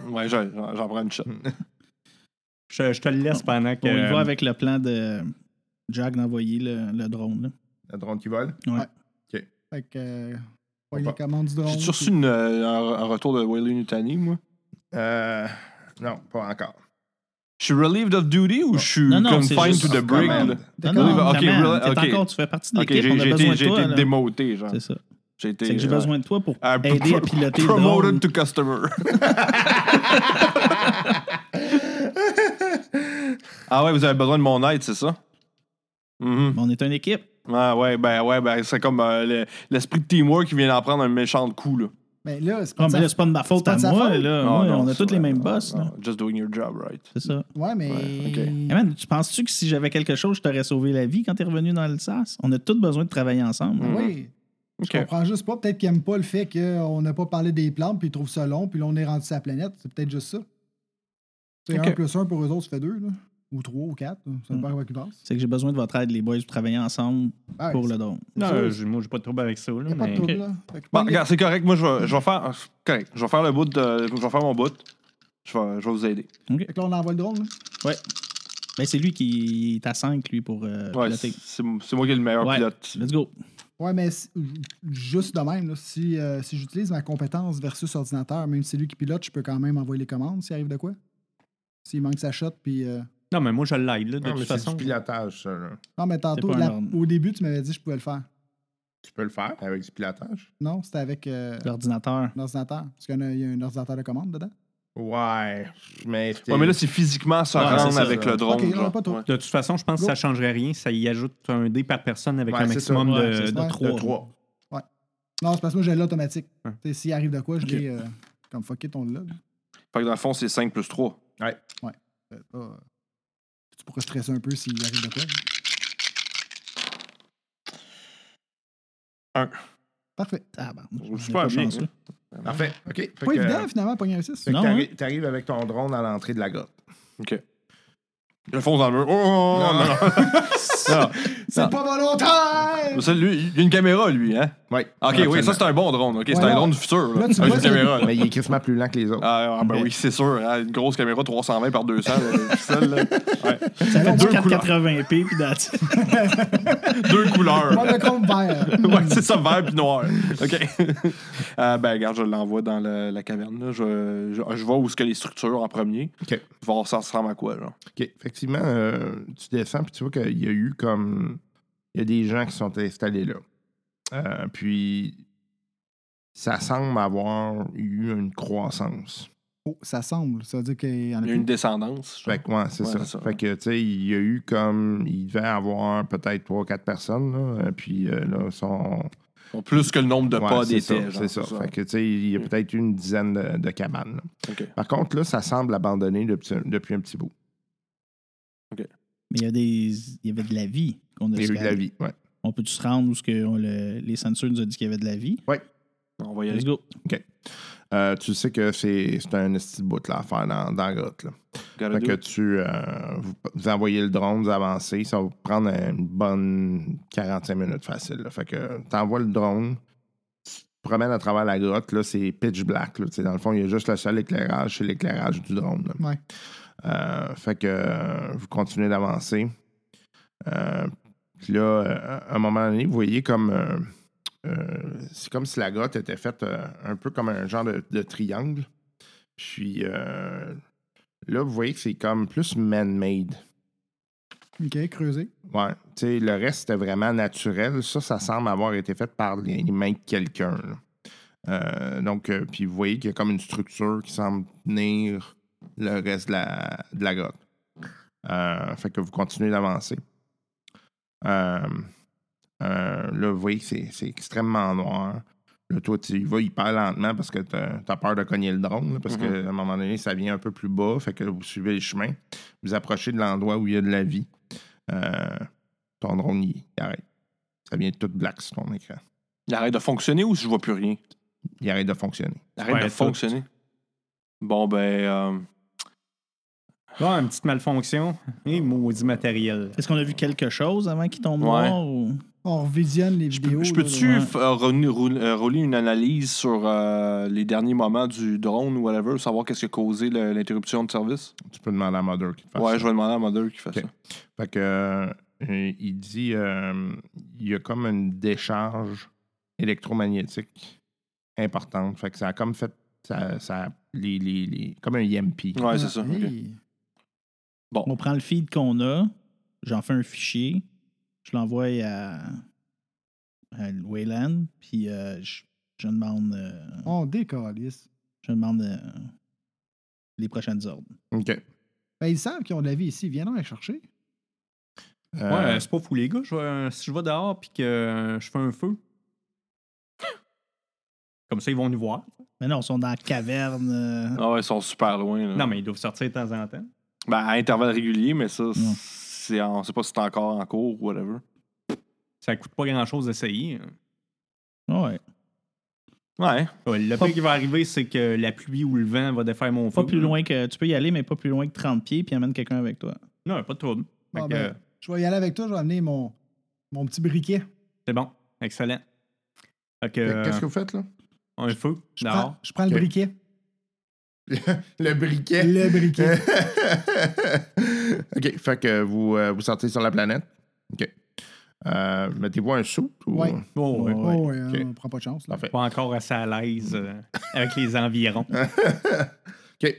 Speaker 4: Ouais, j'en j'en prends une shot.
Speaker 6: Hmm.
Speaker 7: Je, je te le laisse pendant que.
Speaker 6: On y
Speaker 4: euh,
Speaker 6: va avec le plan de Jack d'envoyer le, le drone, là.
Speaker 8: La drone qui vole.
Speaker 5: Fait que. euh, pas
Speaker 8: va-
Speaker 5: les commandes du drone.
Speaker 4: J'ai-tu reçu une, euh, un, un retour de Willie Nutani, moi?
Speaker 8: Euh, non, pas encore.
Speaker 4: Je suis relieved of duty ou je suis
Speaker 6: Non, non, c'est
Speaker 4: confined
Speaker 6: juste
Speaker 4: Mm,
Speaker 6: Ah,
Speaker 4: to the brig?
Speaker 8: commande.
Speaker 4: là?
Speaker 6: Non,
Speaker 5: D'accord.
Speaker 6: non,
Speaker 4: Oui, bah, ok,
Speaker 6: come on,
Speaker 4: rela-
Speaker 6: t'es
Speaker 4: ok.
Speaker 6: encore, tu fais partie de
Speaker 4: Ok,
Speaker 6: l'équipe,
Speaker 4: j'ai
Speaker 6: on a
Speaker 4: j'ai
Speaker 6: besoin
Speaker 4: été,
Speaker 6: de
Speaker 4: j'ai
Speaker 6: toi.
Speaker 4: été
Speaker 6: là.
Speaker 4: démoté, genre.
Speaker 6: C'est ça.
Speaker 4: J'ai été.
Speaker 6: C'est que j'ai
Speaker 4: euh,
Speaker 6: besoin de toi pour
Speaker 4: euh, pro-
Speaker 6: aider à
Speaker 4: pro-
Speaker 6: piloter le drone.
Speaker 4: Promoted to customer. ah ouais, vous avez besoin de mon aide, c'est ça? Mhm.
Speaker 6: Mais On est une équipe.
Speaker 4: Ah ouais, ben ouais, ben c'est comme euh, le- l'esprit de teamwork qui vient d'en prendre un méchant coup, là.
Speaker 5: Ben là, c'est pas. de
Speaker 6: Ah, mais
Speaker 5: sa-
Speaker 6: là, c'est pas de ma faute
Speaker 5: pas
Speaker 6: à
Speaker 5: de sa
Speaker 6: moi.
Speaker 5: faute. hein.
Speaker 6: Là.
Speaker 4: Non,
Speaker 6: Ben Ouais,
Speaker 4: non,
Speaker 6: on a
Speaker 4: c'est
Speaker 6: tous les
Speaker 4: vrai,
Speaker 6: mêmes
Speaker 4: non,
Speaker 6: boss.
Speaker 4: non.
Speaker 6: là.
Speaker 4: Just doing your job, right.
Speaker 6: C'est ça.
Speaker 5: Ouais, mais.
Speaker 4: Ouais, ok.
Speaker 6: Hey, man, tu penses-tu que si j'avais quelque chose, je t'aurais sauvé la vie quand t'es revenu dans le SAS? On a tous besoin de travailler ensemble.
Speaker 4: Mm.
Speaker 5: Oui.
Speaker 4: Ok.
Speaker 5: Je comprends juste pas. Peut-être qu'ils aiment pas le fait qu'on n'a pas parlé des plantes, puis ils trouvent ça long, puis là, on est rendu sur la planète. C'est peut-être juste ça. C'est
Speaker 4: Ok.
Speaker 5: 1 plus 1 pour eux autres, ça fait 2, là. Ou 3 ou 4. Ça
Speaker 6: Mm.
Speaker 5: dépend pas qui passe.
Speaker 6: C'est que j'ai besoin de votre aide, les boys, pour travailler ensemble
Speaker 5: Ah,
Speaker 6: pour
Speaker 5: c'est-
Speaker 6: le don.
Speaker 7: Non,
Speaker 5: Ça,
Speaker 7: euh, j'ai- moi, j'ai pas de trouble avec ça. Là,
Speaker 5: y a pas de
Speaker 7: mais-
Speaker 5: trouble, là. Fait que
Speaker 4: Bon,
Speaker 5: pognez-
Speaker 4: regarde, c'est correct. Moi, je vais, je vais faire. Correct. Je vais faire le bout de. Je vais faire mon bout. Je vais, je vais vous aider.
Speaker 5: Fait que là, on envoie le drone, là.
Speaker 6: Mais c'est lui qui est à 5, lui, pour euh,
Speaker 4: Ouais, c'est
Speaker 6: piloter.
Speaker 4: c'est moi qui ai le meilleur
Speaker 6: Ouais.
Speaker 4: pilote.
Speaker 6: Let's go.
Speaker 5: Ouais, mais si- juste de même, là, si, euh, si j'utilise ma compétence versus ordinateur, même si c'est lui qui pilote, je peux quand même envoyer les commandes s'il arrive de quoi. S'il manque sa shot, puis. euh,
Speaker 7: Non, mais moi, je l'aide, là, de
Speaker 8: Non,
Speaker 7: toute
Speaker 8: mais c'est
Speaker 7: façon.
Speaker 8: du pilotage, ça. là.
Speaker 5: Non, mais tantôt,
Speaker 6: pas un
Speaker 5: la-
Speaker 6: ordre.
Speaker 5: au début, tu m'avais dit que je pouvais le faire.
Speaker 8: Tu peux le faire avec du pilotage?
Speaker 5: Non, c'était avec euh,
Speaker 6: L'ordinateur.
Speaker 5: un ordinateur. Parce qu'il y en a- il y a un ordinateur de commande dedans.
Speaker 8: Ouais. Mais,
Speaker 4: Ouais, mais là, c'est physiquement se
Speaker 6: Ouais,
Speaker 4: rendre
Speaker 6: c'est ça,
Speaker 4: avec
Speaker 8: ça.
Speaker 4: le drone.
Speaker 5: Ok, on a
Speaker 4: genre.
Speaker 5: pas trop.
Speaker 4: Ouais.
Speaker 7: De toute façon, je pense que ça changerait rien. Ça y ajoute un dé par personne avec
Speaker 8: Ouais,
Speaker 7: un
Speaker 8: c'est ça.
Speaker 7: maximum
Speaker 6: Ouais,
Speaker 7: de,
Speaker 6: c'est
Speaker 7: de
Speaker 5: ça.
Speaker 7: trois.
Speaker 8: de 3.
Speaker 5: Non, c'est parce que moi, j'ai l'automatique.
Speaker 7: Ouais.
Speaker 5: Tu sais, S'il arrive de quoi, je
Speaker 6: Ok.
Speaker 5: l'ai. euh, comme fuck it, on l'a. là.
Speaker 4: Fait que dans le fond, c'est 5 plus 3.
Speaker 5: Euh, pas- Tu pourrais stresser un peu s'il arrive de quoi.
Speaker 4: Un.
Speaker 5: Parfait.
Speaker 6: Ah, ben,
Speaker 4: Je
Speaker 6: on
Speaker 4: suis
Speaker 6: est
Speaker 4: pas bien,
Speaker 6: chanceux.
Speaker 8: Parfait. OK. Fait
Speaker 5: Pas
Speaker 8: que-
Speaker 4: euh,
Speaker 5: évident, finalement, de pogner un 6.
Speaker 8: Fait que
Speaker 6: Non,
Speaker 8: t'arri- t'arrives avec ton drone à l'entrée de la grotte.
Speaker 4: Je le fonce dans le mur. Oh, Oh, oh, non, non. Non.
Speaker 5: C'est pas volontaire!
Speaker 4: Ça, lui, il y a une caméra, lui, hein?
Speaker 8: Oui.
Speaker 4: Ok, oui, ça, c'est un bon drone. Ok, c'est
Speaker 5: Ouais,
Speaker 4: un
Speaker 5: là-
Speaker 4: drone du futur. Là,
Speaker 5: là,
Speaker 4: Avec
Speaker 5: tu vois,
Speaker 4: une
Speaker 5: c'est-
Speaker 4: caméra. là.
Speaker 8: Mais il est quasiment plus lent que les autres.
Speaker 4: Ah, ah, ben oui, c'est sûr. hein, Une grosse caméra 320 par 200. là, tout seul, là. Ouais.
Speaker 6: Ça fait du
Speaker 4: Deux couleurs.
Speaker 6: 480p, puis that's it.
Speaker 4: Deux couleurs.
Speaker 5: Moi, le compte vert.
Speaker 4: ouais, c'est ça, vert puis noir. OK. Euh, ben, regarde, je l'envoie dans le- la caverne. là. Je, je, je vois où ce que les structures en premier.
Speaker 8: OK.
Speaker 4: Voir ça ressemble à quoi, genre.
Speaker 8: OK. Effectivement, euh, tu descends, puis tu vois qu'il y a eu comme. Il y a des gens qui sont installés là. Euh, puis. Ça semble avoir eu une croissance.
Speaker 5: Oh, ça semble. Ça veut dire qu'il y en
Speaker 4: Il
Speaker 5: a
Speaker 4: y
Speaker 5: plus.
Speaker 4: a une descendance. genre.
Speaker 8: Fait que, ouais, c'est
Speaker 4: Ouais,
Speaker 8: ça.
Speaker 4: c'est ça.
Speaker 8: Fait que, tu sais, il y a eu comme. Il devait avoir peut-être 3-4 personnes, là. euh, Puis, euh, là, ils sont.
Speaker 4: Bon, Plus que le nombre de
Speaker 8: Ouais,
Speaker 4: pas
Speaker 8: c'est
Speaker 4: des hein,
Speaker 8: ça,
Speaker 4: têtes, genre,
Speaker 8: C'est ça. Fait que, tu sais, il y a
Speaker 4: Mm.
Speaker 8: peut-être une dizaine de, de cabanes. là.
Speaker 4: OK.
Speaker 8: Par contre, là, ça semble abandonné depuis, depuis un petit bout.
Speaker 6: Mais il y, a des... il y avait de la vie qu'on a
Speaker 8: Il y a eu de
Speaker 6: scalée.
Speaker 8: la vie. Ouais.
Speaker 6: On peut-tu se rendre où ce que on le- les censures nous ont dit qu'il y avait de la vie?
Speaker 4: On va y aller.
Speaker 6: Let's go.
Speaker 8: Euh, tu sais que c'est c'est un esti de bout là, à faire dans, dans la grotte. Là.
Speaker 4: Gotta
Speaker 8: Fait
Speaker 4: do
Speaker 8: que
Speaker 4: it.
Speaker 8: tu euh, vous, vous envoyez le drone, vous avancez, ça va vous prendre une bonne 45 minutes facile. là. Fait que t'envoies le drone, tu te promènes à travers la grotte, là, c'est pitch black. là. Tu sais, Dans le fond, il y a juste le seul éclairage, c'est l'éclairage du drone. là.
Speaker 5: Ouais.
Speaker 8: Euh, fait que euh, vous continuez d'avancer. Euh, puis là, euh, à un moment donné, vous voyez comme euh, euh, c'est comme si la grotte était faite euh, un peu comme un genre de, de triangle. Puis euh, là, vous voyez que c'est comme plus man-made.
Speaker 5: OK, creusé.
Speaker 8: Ouais. Tu sais, le reste, c'était vraiment naturel. Ça, ça semble avoir été fait par les mains de quelqu'un. là. Euh, donc, euh, puis vous voyez qu'il y a comme une structure qui semble tenir le reste de la, de la grotte. Euh, fait que vous continuez d'avancer. Euh, euh, là, vous voyez que c'est- c'est extrêmement noir. Là, toi, tu y vas hyper lentement parce que t'as as peur de cogner le drone, là, parce qu'à un moment donné, ça vient un peu plus bas. Fait que vous suivez le chemin, vous approchez de l'endroit où il y a de la vie. Euh, ton drone, il, il arrête. Ça vient tout black sur ton écran.
Speaker 4: Il arrête de fonctionner ou je vois plus rien?
Speaker 8: Il arrête de fonctionner.
Speaker 4: Il arrête
Speaker 7: Ouais,
Speaker 4: de
Speaker 7: tout.
Speaker 4: fonctionner. Bon, ben. euh,
Speaker 7: Bon, une petite malfonction. Et maudit matériel.
Speaker 6: Est-ce qu'on a vu quelque chose avant qu'il tombe
Speaker 4: Ouais.
Speaker 6: noir? Ou...
Speaker 5: On revisionne les
Speaker 4: je
Speaker 5: vidéos.
Speaker 4: peux- je
Speaker 5: là,
Speaker 4: peux-tu
Speaker 5: là.
Speaker 4: f- euh, rouler- rouler euh, rouler une analyse sur euh, les derniers moments du drone ou whatever, savoir qu'est-ce qui a causé le- l'interruption de service?
Speaker 8: Tu peux demander à Mother qu'il te fasse
Speaker 4: ouais,
Speaker 8: ça.
Speaker 4: je vais demander à Mother qui fait
Speaker 8: Ah, Ok.
Speaker 4: ça.
Speaker 8: Fait que, euh, il dit euh, il y a comme une décharge électromagnétique importante. Fait que ça a comme fait. Ça, ça- les- les- les- comme un E EMP.
Speaker 4: Ouais, c'est ça. ok.
Speaker 6: Ah, Hey.
Speaker 4: Bon.
Speaker 6: On prend le feed qu'on a, j'en fais un fichier, je l'envoie à, à Wayland, puis euh, je, je demande, euh,
Speaker 5: On décalisse.
Speaker 6: je demande euh, les prochaines ordres.
Speaker 8: OK.
Speaker 5: Ben, ils savent qu'ils ont de la vie ici. Viens donc les chercher.
Speaker 8: Euh,
Speaker 7: Ouais, c'est pas fou, les gars. Je vais- si je vais dehors puis que euh, je fais un feu, comme ça, ils vont nous voir.
Speaker 6: Mais non, ils sont dans la caverne. euh,
Speaker 4: Ah ouais, ils sont super loin. là.
Speaker 7: Non, mais ils doivent sortir de temps en temps.
Speaker 4: Ben, à intervalles réguliers, mais ça, c'est en- on sait pas si c'est encore en cours ou whatever.
Speaker 7: Ça coûte pas grand-chose d'essayer. hein.
Speaker 6: ouais.
Speaker 4: Ouais.
Speaker 7: Ouais, le
Speaker 6: Pas-
Speaker 7: pire qui va arriver, c'est que la pluie ou le vent va défaire mon feu.
Speaker 6: Pas plus loin que. Tu peux y aller, mais pas plus loin que 30 pieds, puis amène quelqu'un avec toi.
Speaker 7: Non, pas de trouble. Fait
Speaker 5: Bon,
Speaker 7: que, euh,
Speaker 5: ben, Je vais y aller avec toi. Je vais amener mon, mon petit briquet.
Speaker 7: C'est bon. Excellent. Fait que,
Speaker 8: fait que Qu'est-ce
Speaker 7: euh,
Speaker 8: que vous faites, là?
Speaker 7: un feu,
Speaker 5: Je
Speaker 7: dehors.
Speaker 5: prends, je prends
Speaker 8: Ok.
Speaker 5: le briquet.
Speaker 8: Le briquet.
Speaker 5: Le briquet.
Speaker 8: OK. Fait que vous, euh, vous sortez sur la planète. OK. Euh, Mettez-vous un sou. ou-
Speaker 5: Ouais.
Speaker 7: Oh, ouais.
Speaker 5: Oh,
Speaker 6: Ouais,
Speaker 5: ouais,
Speaker 8: ok.
Speaker 5: on prend pas de chance. là.
Speaker 8: Parfait.
Speaker 7: Pas encore assez à l'aise euh, avec les environs.
Speaker 8: OK.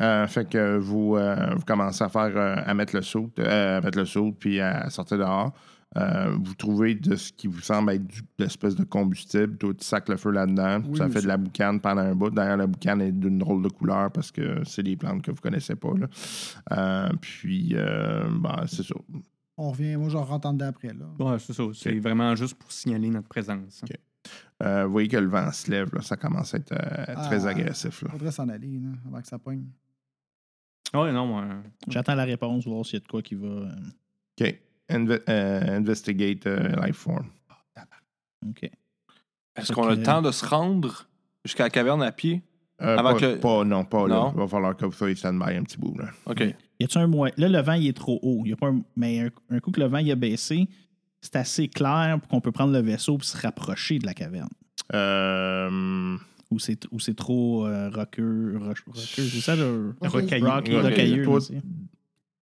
Speaker 8: Euh, fait que vous, euh, vous commencez à faire euh, à mettre le saut, euh, à mettre le saut, puis à sortir dehors. Euh, vous trouvez de ce qui vous semble être du- de l'espèce de combustible, tout tu sacs le feu là-dedans,
Speaker 5: Oui,
Speaker 8: ça fait
Speaker 5: monsieur.
Speaker 8: de la boucane pendant un bout. D'ailleurs, la boucane est d'une drôle de couleur parce que c'est des plantes que vous connaissez pas. là. Euh, puis, euh, bah, c'est ça.
Speaker 5: On revient. Moi, je rentre en dedans après. Là.
Speaker 7: Ouais, c'est ça. C'est vraiment juste pour signaler notre présence.
Speaker 8: Euh, vous voyez que le vent se lève, là, ça commence à être euh, très
Speaker 5: Ah.
Speaker 8: agressif. là.
Speaker 5: Faudrait s'en aller là, avant que ça pogne.
Speaker 7: Ouais, non, euh,
Speaker 6: J'attends la réponse, voir s'il y a de quoi qui va. euh,
Speaker 8: OK. Inve- euh, investigate euh, life form.
Speaker 6: OK.
Speaker 4: Est-ce
Speaker 6: Fait
Speaker 4: qu'on a le
Speaker 6: que-
Speaker 4: temps de se rendre jusqu'à la caverne à pied?
Speaker 8: Euh,
Speaker 4: Avant
Speaker 8: pas,
Speaker 4: que-
Speaker 8: pas- non, pas là.
Speaker 4: Non.
Speaker 8: Il va falloir que vous soyez stand-by un petit bout. Là.
Speaker 4: OK.
Speaker 6: Y a-tu un moyen? Là, le vent, il est trop haut. Y a pas un- Mais un, un coup que le vent il a baissé, c'est assez clair pour qu'on peut prendre le vaisseau et se rapprocher de la caverne.
Speaker 8: Euh,
Speaker 6: Ou c'est ou c'est trop euh, roqueux. roche- roqueux, c'est ça le.
Speaker 7: rocailleux.
Speaker 6: Rocky,
Speaker 8: Ouais,
Speaker 6: rocailleux,
Speaker 8: toi,
Speaker 6: merci.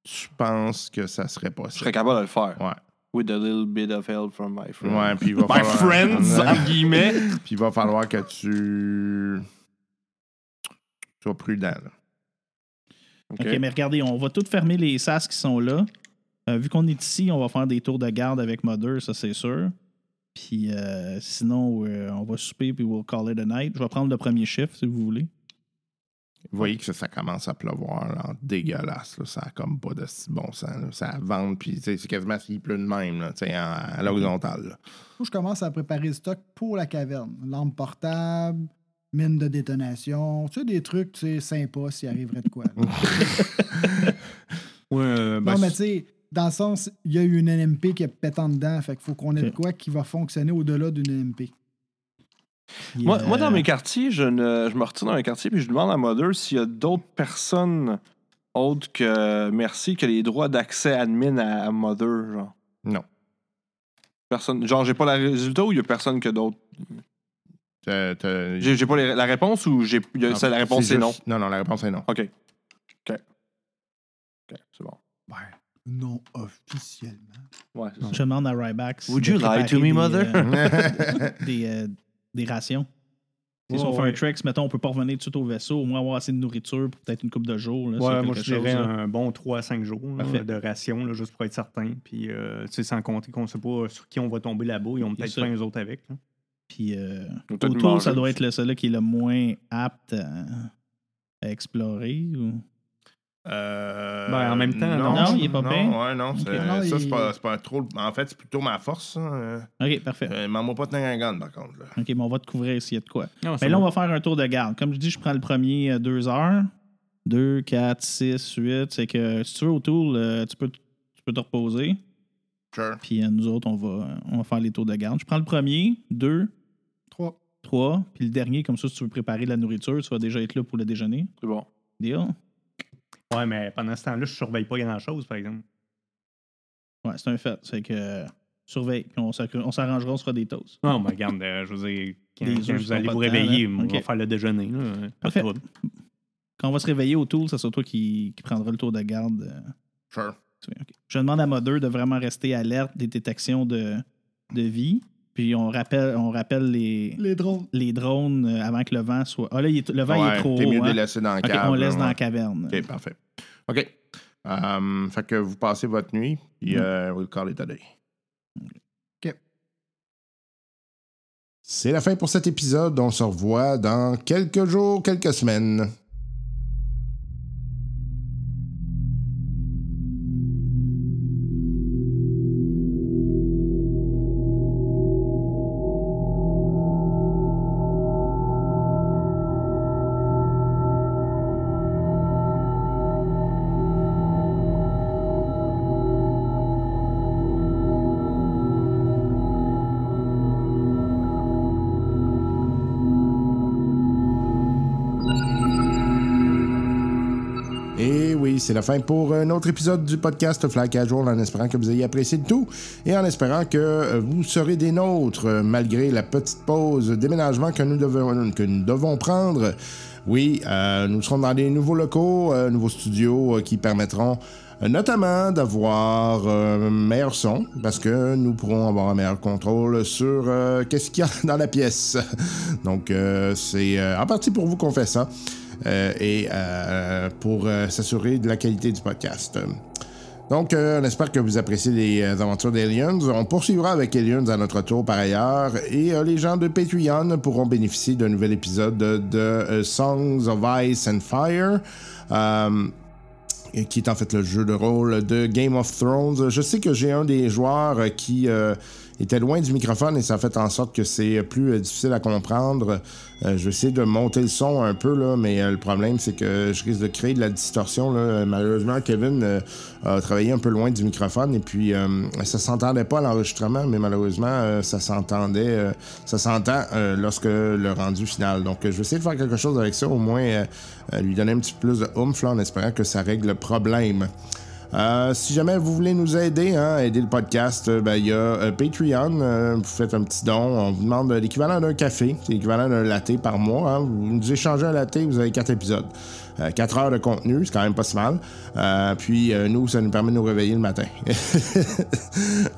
Speaker 8: tu penses que
Speaker 4: Je
Speaker 8: ça serait
Speaker 4: serais
Speaker 8: possible.
Speaker 4: capable de le faire.
Speaker 8: Ouais.
Speaker 4: With a little bit of help from my friends.
Speaker 8: Ouais, puis il va
Speaker 4: My
Speaker 8: falloir.
Speaker 4: friends, entre guillemets.
Speaker 8: Puis il va falloir que tu. sois prudent. là.
Speaker 4: OK.
Speaker 6: OK, mais regardez, on va tout fermer les sas qui sont là. Euh, vu qu'on est ici, on va faire des tours de garde avec Mother, ça c'est sûr. Puis euh, sinon, euh, on va souper puis we'll call it a night. Je vais prendre le premier chiffre si vous voulez.
Speaker 8: Vous voyez que ça, ça commence à pleuvoir là, en dégueulasse. là. Ça a comme pas de si bon sens. là. Ça vente, puis tu sais, c'est quasiment s'il pleut de même, là, tu sais, en- à l'horizontale. là.
Speaker 5: Moi, je commence à préparer le stock pour la caverne. Lampe portable, mine de détonation. Tu sais, des trucs, tu sais, sympas s'il arriverait de quoi. là.
Speaker 7: ouais, euh, ben,
Speaker 5: non, mais tu sais, dans le sens, il y a eu une NMP qui est pétant dedans. Fait qu'il faut qu'on ait de
Speaker 6: Ok.
Speaker 5: quoi qui va fonctionner au-delà d'une NMP.
Speaker 6: Puis,
Speaker 4: Moi,
Speaker 6: euh,
Speaker 4: moi, dans mes quartiers, je, ne, je me retire dans mes quartiers puis je demande à Mother s'il y a d'autres personnes autres que Merci qui a les droits d'accès admin à, à Mother, genre.
Speaker 8: Non.
Speaker 4: Personne, genre, j'ai pas le résultat ou il y a personne que d'autres.
Speaker 8: T'as- t'as-
Speaker 4: J'ai j'ai pas les- la réponse ou j'ai il y a- ça, la réponse c'est non.
Speaker 8: juste- Non, non, la réponse est non.
Speaker 4: OK. OK. OK, c'est bon.
Speaker 5: non officiellement.
Speaker 4: Ouais, c'est ça.
Speaker 6: Je demande à Ryback. si
Speaker 4: Would
Speaker 6: de
Speaker 4: you lie to me,
Speaker 6: préparer
Speaker 4: mother?
Speaker 6: Des, euh, des, euh, des rations. Tu sais, si on fait un trek, mettons, on peut pas revenir tout de suite au vaisseau, au moins avoir assez de nourriture pour peut-être une coupe de jours. Là, s'il y a
Speaker 7: Ouais, moi, je
Speaker 6: quelque
Speaker 7: dirais
Speaker 6: chose, là.
Speaker 7: un bon 3 à 5 jours là,
Speaker 6: Parfait.
Speaker 7: de ration, là, juste pour être certain. Puis, euh, tu sais, sans compter qu'on ne sait pas sur qui on va tomber là-bas. Ils ont peut-être
Speaker 6: ça.
Speaker 7: pris eux autres avec. là.
Speaker 6: Puis euh,
Speaker 4: Ils ont peut-être
Speaker 6: autour, ça
Speaker 4: mangé
Speaker 6: doit
Speaker 4: aussi.
Speaker 6: être le celui qui est le moins apte à, à explorer. Ou...
Speaker 7: Ben, en même temps,
Speaker 6: non. Non, il est pas
Speaker 8: Euh, non,
Speaker 6: bien?
Speaker 8: ouais, non, c'est-
Speaker 5: Ok. Non,
Speaker 8: ça, c'est
Speaker 5: il-
Speaker 8: pas, c'est pas trop. En fait, c'est plutôt ma force. ça, euh.
Speaker 6: Ok, parfait.
Speaker 8: Euh, m'en va pas tenir un gun, par contre. là.
Speaker 6: Ok, mais on va te couvrir s'il y a de quoi.
Speaker 7: Non,
Speaker 6: Mais là, on va faire un tour de garde. Comme je dis, je prends le premier 2 heures. 2, 4, 6, 8. C'est que si tu veux autour, euh, tu, peux, tu peux te reposer.
Speaker 8: Sure.
Speaker 6: Puis euh, nous autres, on va, on va faire les tours de garde. Je prends le premier, deux,
Speaker 5: Trois.
Speaker 6: trois. Puis le dernier, comme ça, si tu veux préparer de la nourriture, tu vas déjà être là pour le déjeuner.
Speaker 4: C'est bon.
Speaker 6: Deal?
Speaker 7: Ouais, mais pendant ce temps-là, je surveille pas grand-chose, par exemple.
Speaker 6: Ouais, c'est un fait. C'est que euh, surveille. Puis on s'accru- on s'arrangera, on se fera des toasts.
Speaker 7: Non, mais regarde, euh, je veux dire, quand,
Speaker 6: Les
Speaker 7: quand
Speaker 6: œufs, c'est
Speaker 7: vous
Speaker 6: pas
Speaker 7: allez
Speaker 6: pas
Speaker 7: vous
Speaker 6: de temps,
Speaker 7: réveiller,
Speaker 6: hein?
Speaker 7: on va
Speaker 6: Ok.
Speaker 7: faire le déjeuner. là, euh, pas de
Speaker 6: Parfait.
Speaker 7: trouble.
Speaker 6: Quand on va se réveiller autour, c'est surtout qui, qui prendra le tour de garde. euh,
Speaker 8: Sure.
Speaker 6: tu vois, ok. Je demande à Mother de vraiment rester alerte des détections de, de vie. Puis on rappelle, on rappelle les,
Speaker 5: Les drones.
Speaker 6: les drones euh, avant que le vent soit. Ah là, il est- le vent il est
Speaker 8: Ouais,
Speaker 6: trop
Speaker 8: T'es mieux
Speaker 6: haut.
Speaker 8: de les
Speaker 6: hein?
Speaker 8: laisser dans le
Speaker 6: Ok,
Speaker 8: cave.
Speaker 6: on laisse
Speaker 8: là,
Speaker 6: dans la
Speaker 8: ouais.
Speaker 6: caverne.
Speaker 8: OK, parfait. OK. Euh, fait que vous passez votre nuit,
Speaker 6: Mm.
Speaker 8: puis euh, we'll call it a day.
Speaker 3: C'est la fin pour cet épisode. On se revoit dans quelques jours, quelques semaines. Et oui, c'est la fin pour un autre épisode du podcast Flag à jour en espérant que vous ayez apprécié le tout et en espérant que euh, vous serez des nôtres euh, malgré la petite pause déménagement que nous devons, que nous devons prendre. Oui, euh, nous serons dans des nouveaux locaux, euh, nouveaux studios euh, qui permettront euh, notamment d'avoir euh, un meilleur son parce que nous pourrons avoir un meilleur contrôle sur euh, qu'est-ce qu'il y a dans la pièce. Donc euh, c'est euh, en partie pour vous qu'on fait ça euh, et euh, pour euh, s'assurer de la qualité du podcast. Donc, euh, on espère que vous appréciez les euh, aventures d'Aliens. On poursuivra avec Aliens à notre tour par ailleurs. Et euh, les gens de Patreon pourront bénéficier d'un nouvel épisode de, de, euh, Songs of Ice and Fire. euh, et qui est en fait le jeu de rôle de Game of Thrones. Je sais que j'ai un des joueurs euh, qui euh, était loin du microphone et ça a fait en sorte que c'est plus euh, difficile à comprendre. Euh, je vais essayer de monter le son un peu, là, mais euh, le problème, c'est que je risque de créer de la distorsion. Là. Malheureusement, Kevin euh, a travaillé un peu loin du microphone et puis euh, ça s'entendait pas à l'enregistrement, mais malheureusement, euh, ça s'entendait, euh, ça s'entend euh, lorsque le rendu final. Donc, euh, je vais essayer de faire quelque chose avec ça, au moins euh, euh, lui donner un petit peu plus de oomph, là, en espérant que ça règle le problème. Euh, si jamais vous voulez nous aider, hein, aider le podcast, euh, ben, il y a euh, Patreon. euh, vous faites un petit don. On vous demande euh, l'équivalent d'un café, c'est l'équivalent d'un latte par mois. hein. Vous nous échangez un latte, vous avez quatre épisodes. Euh, quatre heures de contenu, c'est quand même pas si mal. Euh, puis euh, nous, ça nous permet de nous réveiller le matin.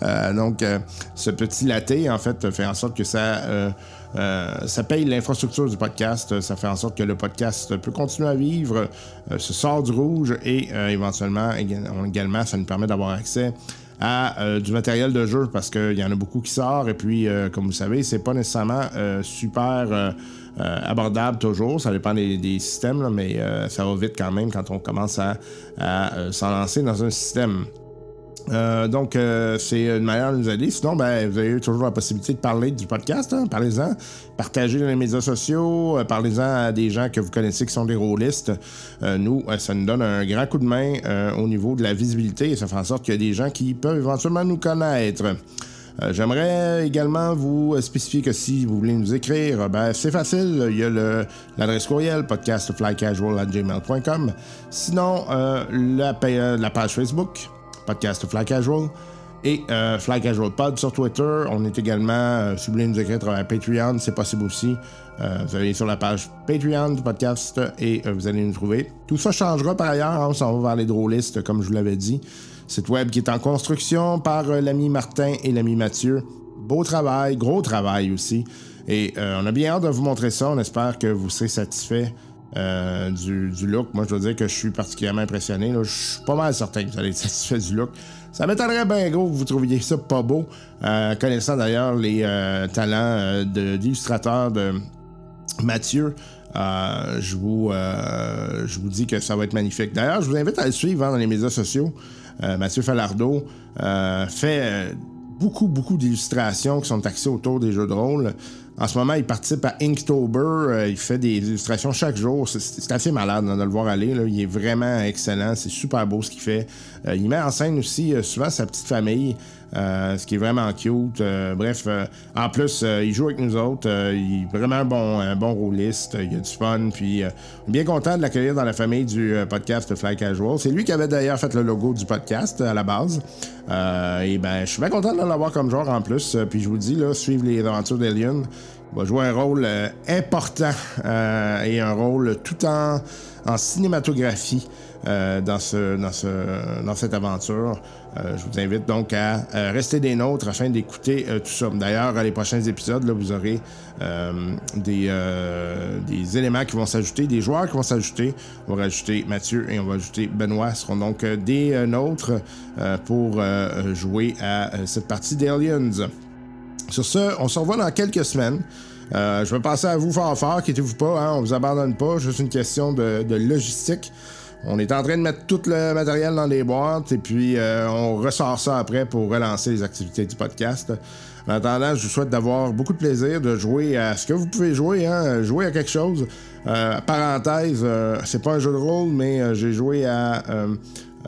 Speaker 3: Euh, donc, euh, ce petit latte, en fait, fait en sorte que ça. euh, euh, ça paye l'infrastructure du podcast, euh, ça fait en sorte que le podcast peut continuer à vivre, euh, se sort du rouge et euh, éventuellement, ég- on- également, ça nous permet d'avoir accès à euh, du matériel de jeu parce qu'il y en a beaucoup qui sort et puis, euh, comme vous savez, c'est pas nécessairement euh, super euh, euh, abordable toujours, ça dépend des, des systèmes, là, mais euh, ça va vite quand même quand on commence à, à, euh, s'en lancer dans un système. Euh, donc, euh, c'est une manière de nous aider. Sinon, ben, vous avez toujours la possibilité de parler du podcast. hein. Parlez-en. Partagez dans les médias sociaux. euh, Parlez-en à des gens que vous connaissez qui sont des rôlistes. Euh, nous, euh, ça nous donne un grand coup de main euh, au niveau de la visibilité et ça fait en sorte qu'il y a des gens qui peuvent éventuellement nous connaître. Euh, J'aimerais également vous euh, spécifier que si vous voulez nous écrire, euh, ben, c'est facile. Il y a le- l'adresse courriel podcastflycasual.gmail.com. Sinon, euh, la, pa- euh, la page Facebook, Podcast Fly Casual. Et euh, Fly Casual Pod sur Twitter. On est également, euh, si vous voulez nous écrire à travers Patreon, c'est possible aussi. Euh, vous allez sur la page Patreon du podcast et euh, vous allez nous trouver. Tout ça changera par ailleurs. hein, on s'en va vers les drôlistes, comme je vous l'avais dit. Site web qui est en construction par euh, l'ami Martin et l'ami Mathieu. Beau travail, gros travail aussi. Et euh, on a bien hâte de vous montrer ça. On espère que vous serez satisfaits euh, du, du look. Moi, je dois dire que je suis particulièrement impressionné. là. Je suis pas mal certain que vous allez être satisfait du look. Ça m'étonnerait bien gros que vous trouviez ça pas beau. Euh, connaissant d'ailleurs les euh, talents euh, de- d'illustrateur de, Mathieu. euh, je, vous, euh, je vous dis que ça va être magnifique. D'ailleurs, je vous invite à le suivre hein, dans les médias sociaux. Euh, Mathieu Falardeau euh, fait euh, beaucoup, beaucoup d'illustrations qui sont axées autour des jeux de rôle. En ce moment, il participe à Inktober. euh, il fait des illustrations chaque jour. C'est- C'est c'est assez malade hein, de le voir aller. là. Il est vraiment excellent. C'est super beau ce qu'il fait. Euh, il met en scène aussi euh, souvent sa petite famille. Euh, ce qui est vraiment cute. Euh, bref, euh, en plus, euh, il joue avec nous autres. Euh, il est vraiment un bon, un bon rouliste. Euh, Il a du fun. Puis, euh, on est bien content de l'accueillir dans la famille du euh, podcast Fly Casual. C'est lui qui avait d'ailleurs fait le logo du podcast euh, à la base. Euh, et ben, je suis bien content de l'avoir comme joueur en plus. Euh, Puis, je vous dis, là, suivre les aventures d'Elion. Il va jouer un rôle euh, important euh, et un rôle tout en, en cinématographie euh, dans, ce, dans, ce, dans cette aventure. Euh, je vous invite donc à euh, rester des nôtres afin d'écouter euh, tout ça. D'ailleurs, les prochains épisodes, là, vous aurez euh, des, euh, des éléments qui vont s'ajouter, des joueurs qui vont s'ajouter. On va rajouter Mathieu et on va ajouter Benoît. Ce seront donc euh, des euh, nôtres euh, pour euh, jouer à euh, cette partie d'Aliens. Sur ce, on se revoit dans quelques semaines. Euh, je vais passer à vous fort fort, quittez-vous pas, hein, on vous abandonne pas, juste une question de, de logistique. On est en train de mettre tout le matériel dans les boîtes et puis euh, on ressort ça après pour relancer les activités du podcast. En attendant, je vous souhaite d'avoir beaucoup de plaisir, de jouer à ce que vous pouvez jouer, hein, jouer à quelque chose. Euh, parenthèse, euh, c'est pas un jeu de rôle, mais euh, j'ai joué à euh,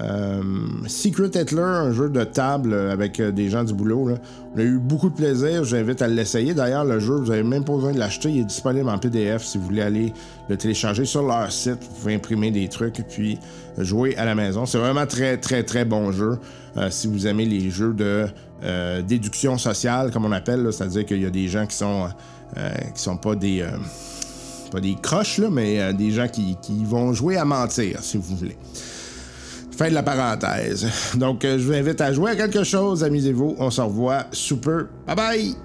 Speaker 3: euh, Secret Hitler, un jeu de table euh, avec euh, des gens du boulot. là. On a eu beaucoup de plaisir. J'invite à l'essayer. D'ailleurs, le jeu, vous n'avez même pas besoin de l'acheter. Il est disponible en PDF si vous voulez aller le télécharger sur leur site. Vous pouvez imprimer des trucs puis jouer à la maison. C'est vraiment très, très, très bon jeu euh, si vous aimez les jeux de euh, déduction sociale, comme on appelle. là. C'est-à-dire qu'il y a des gens qui sont, euh, qui sont pas des. euh, pas des croches, là, mais euh, des gens qui, qui vont jouer à mentir, si vous voulez. Fin de la parenthèse. Donc, euh, je vous invite à jouer à quelque chose. Amusez-vous. On se revoit sous peu. Bye bye!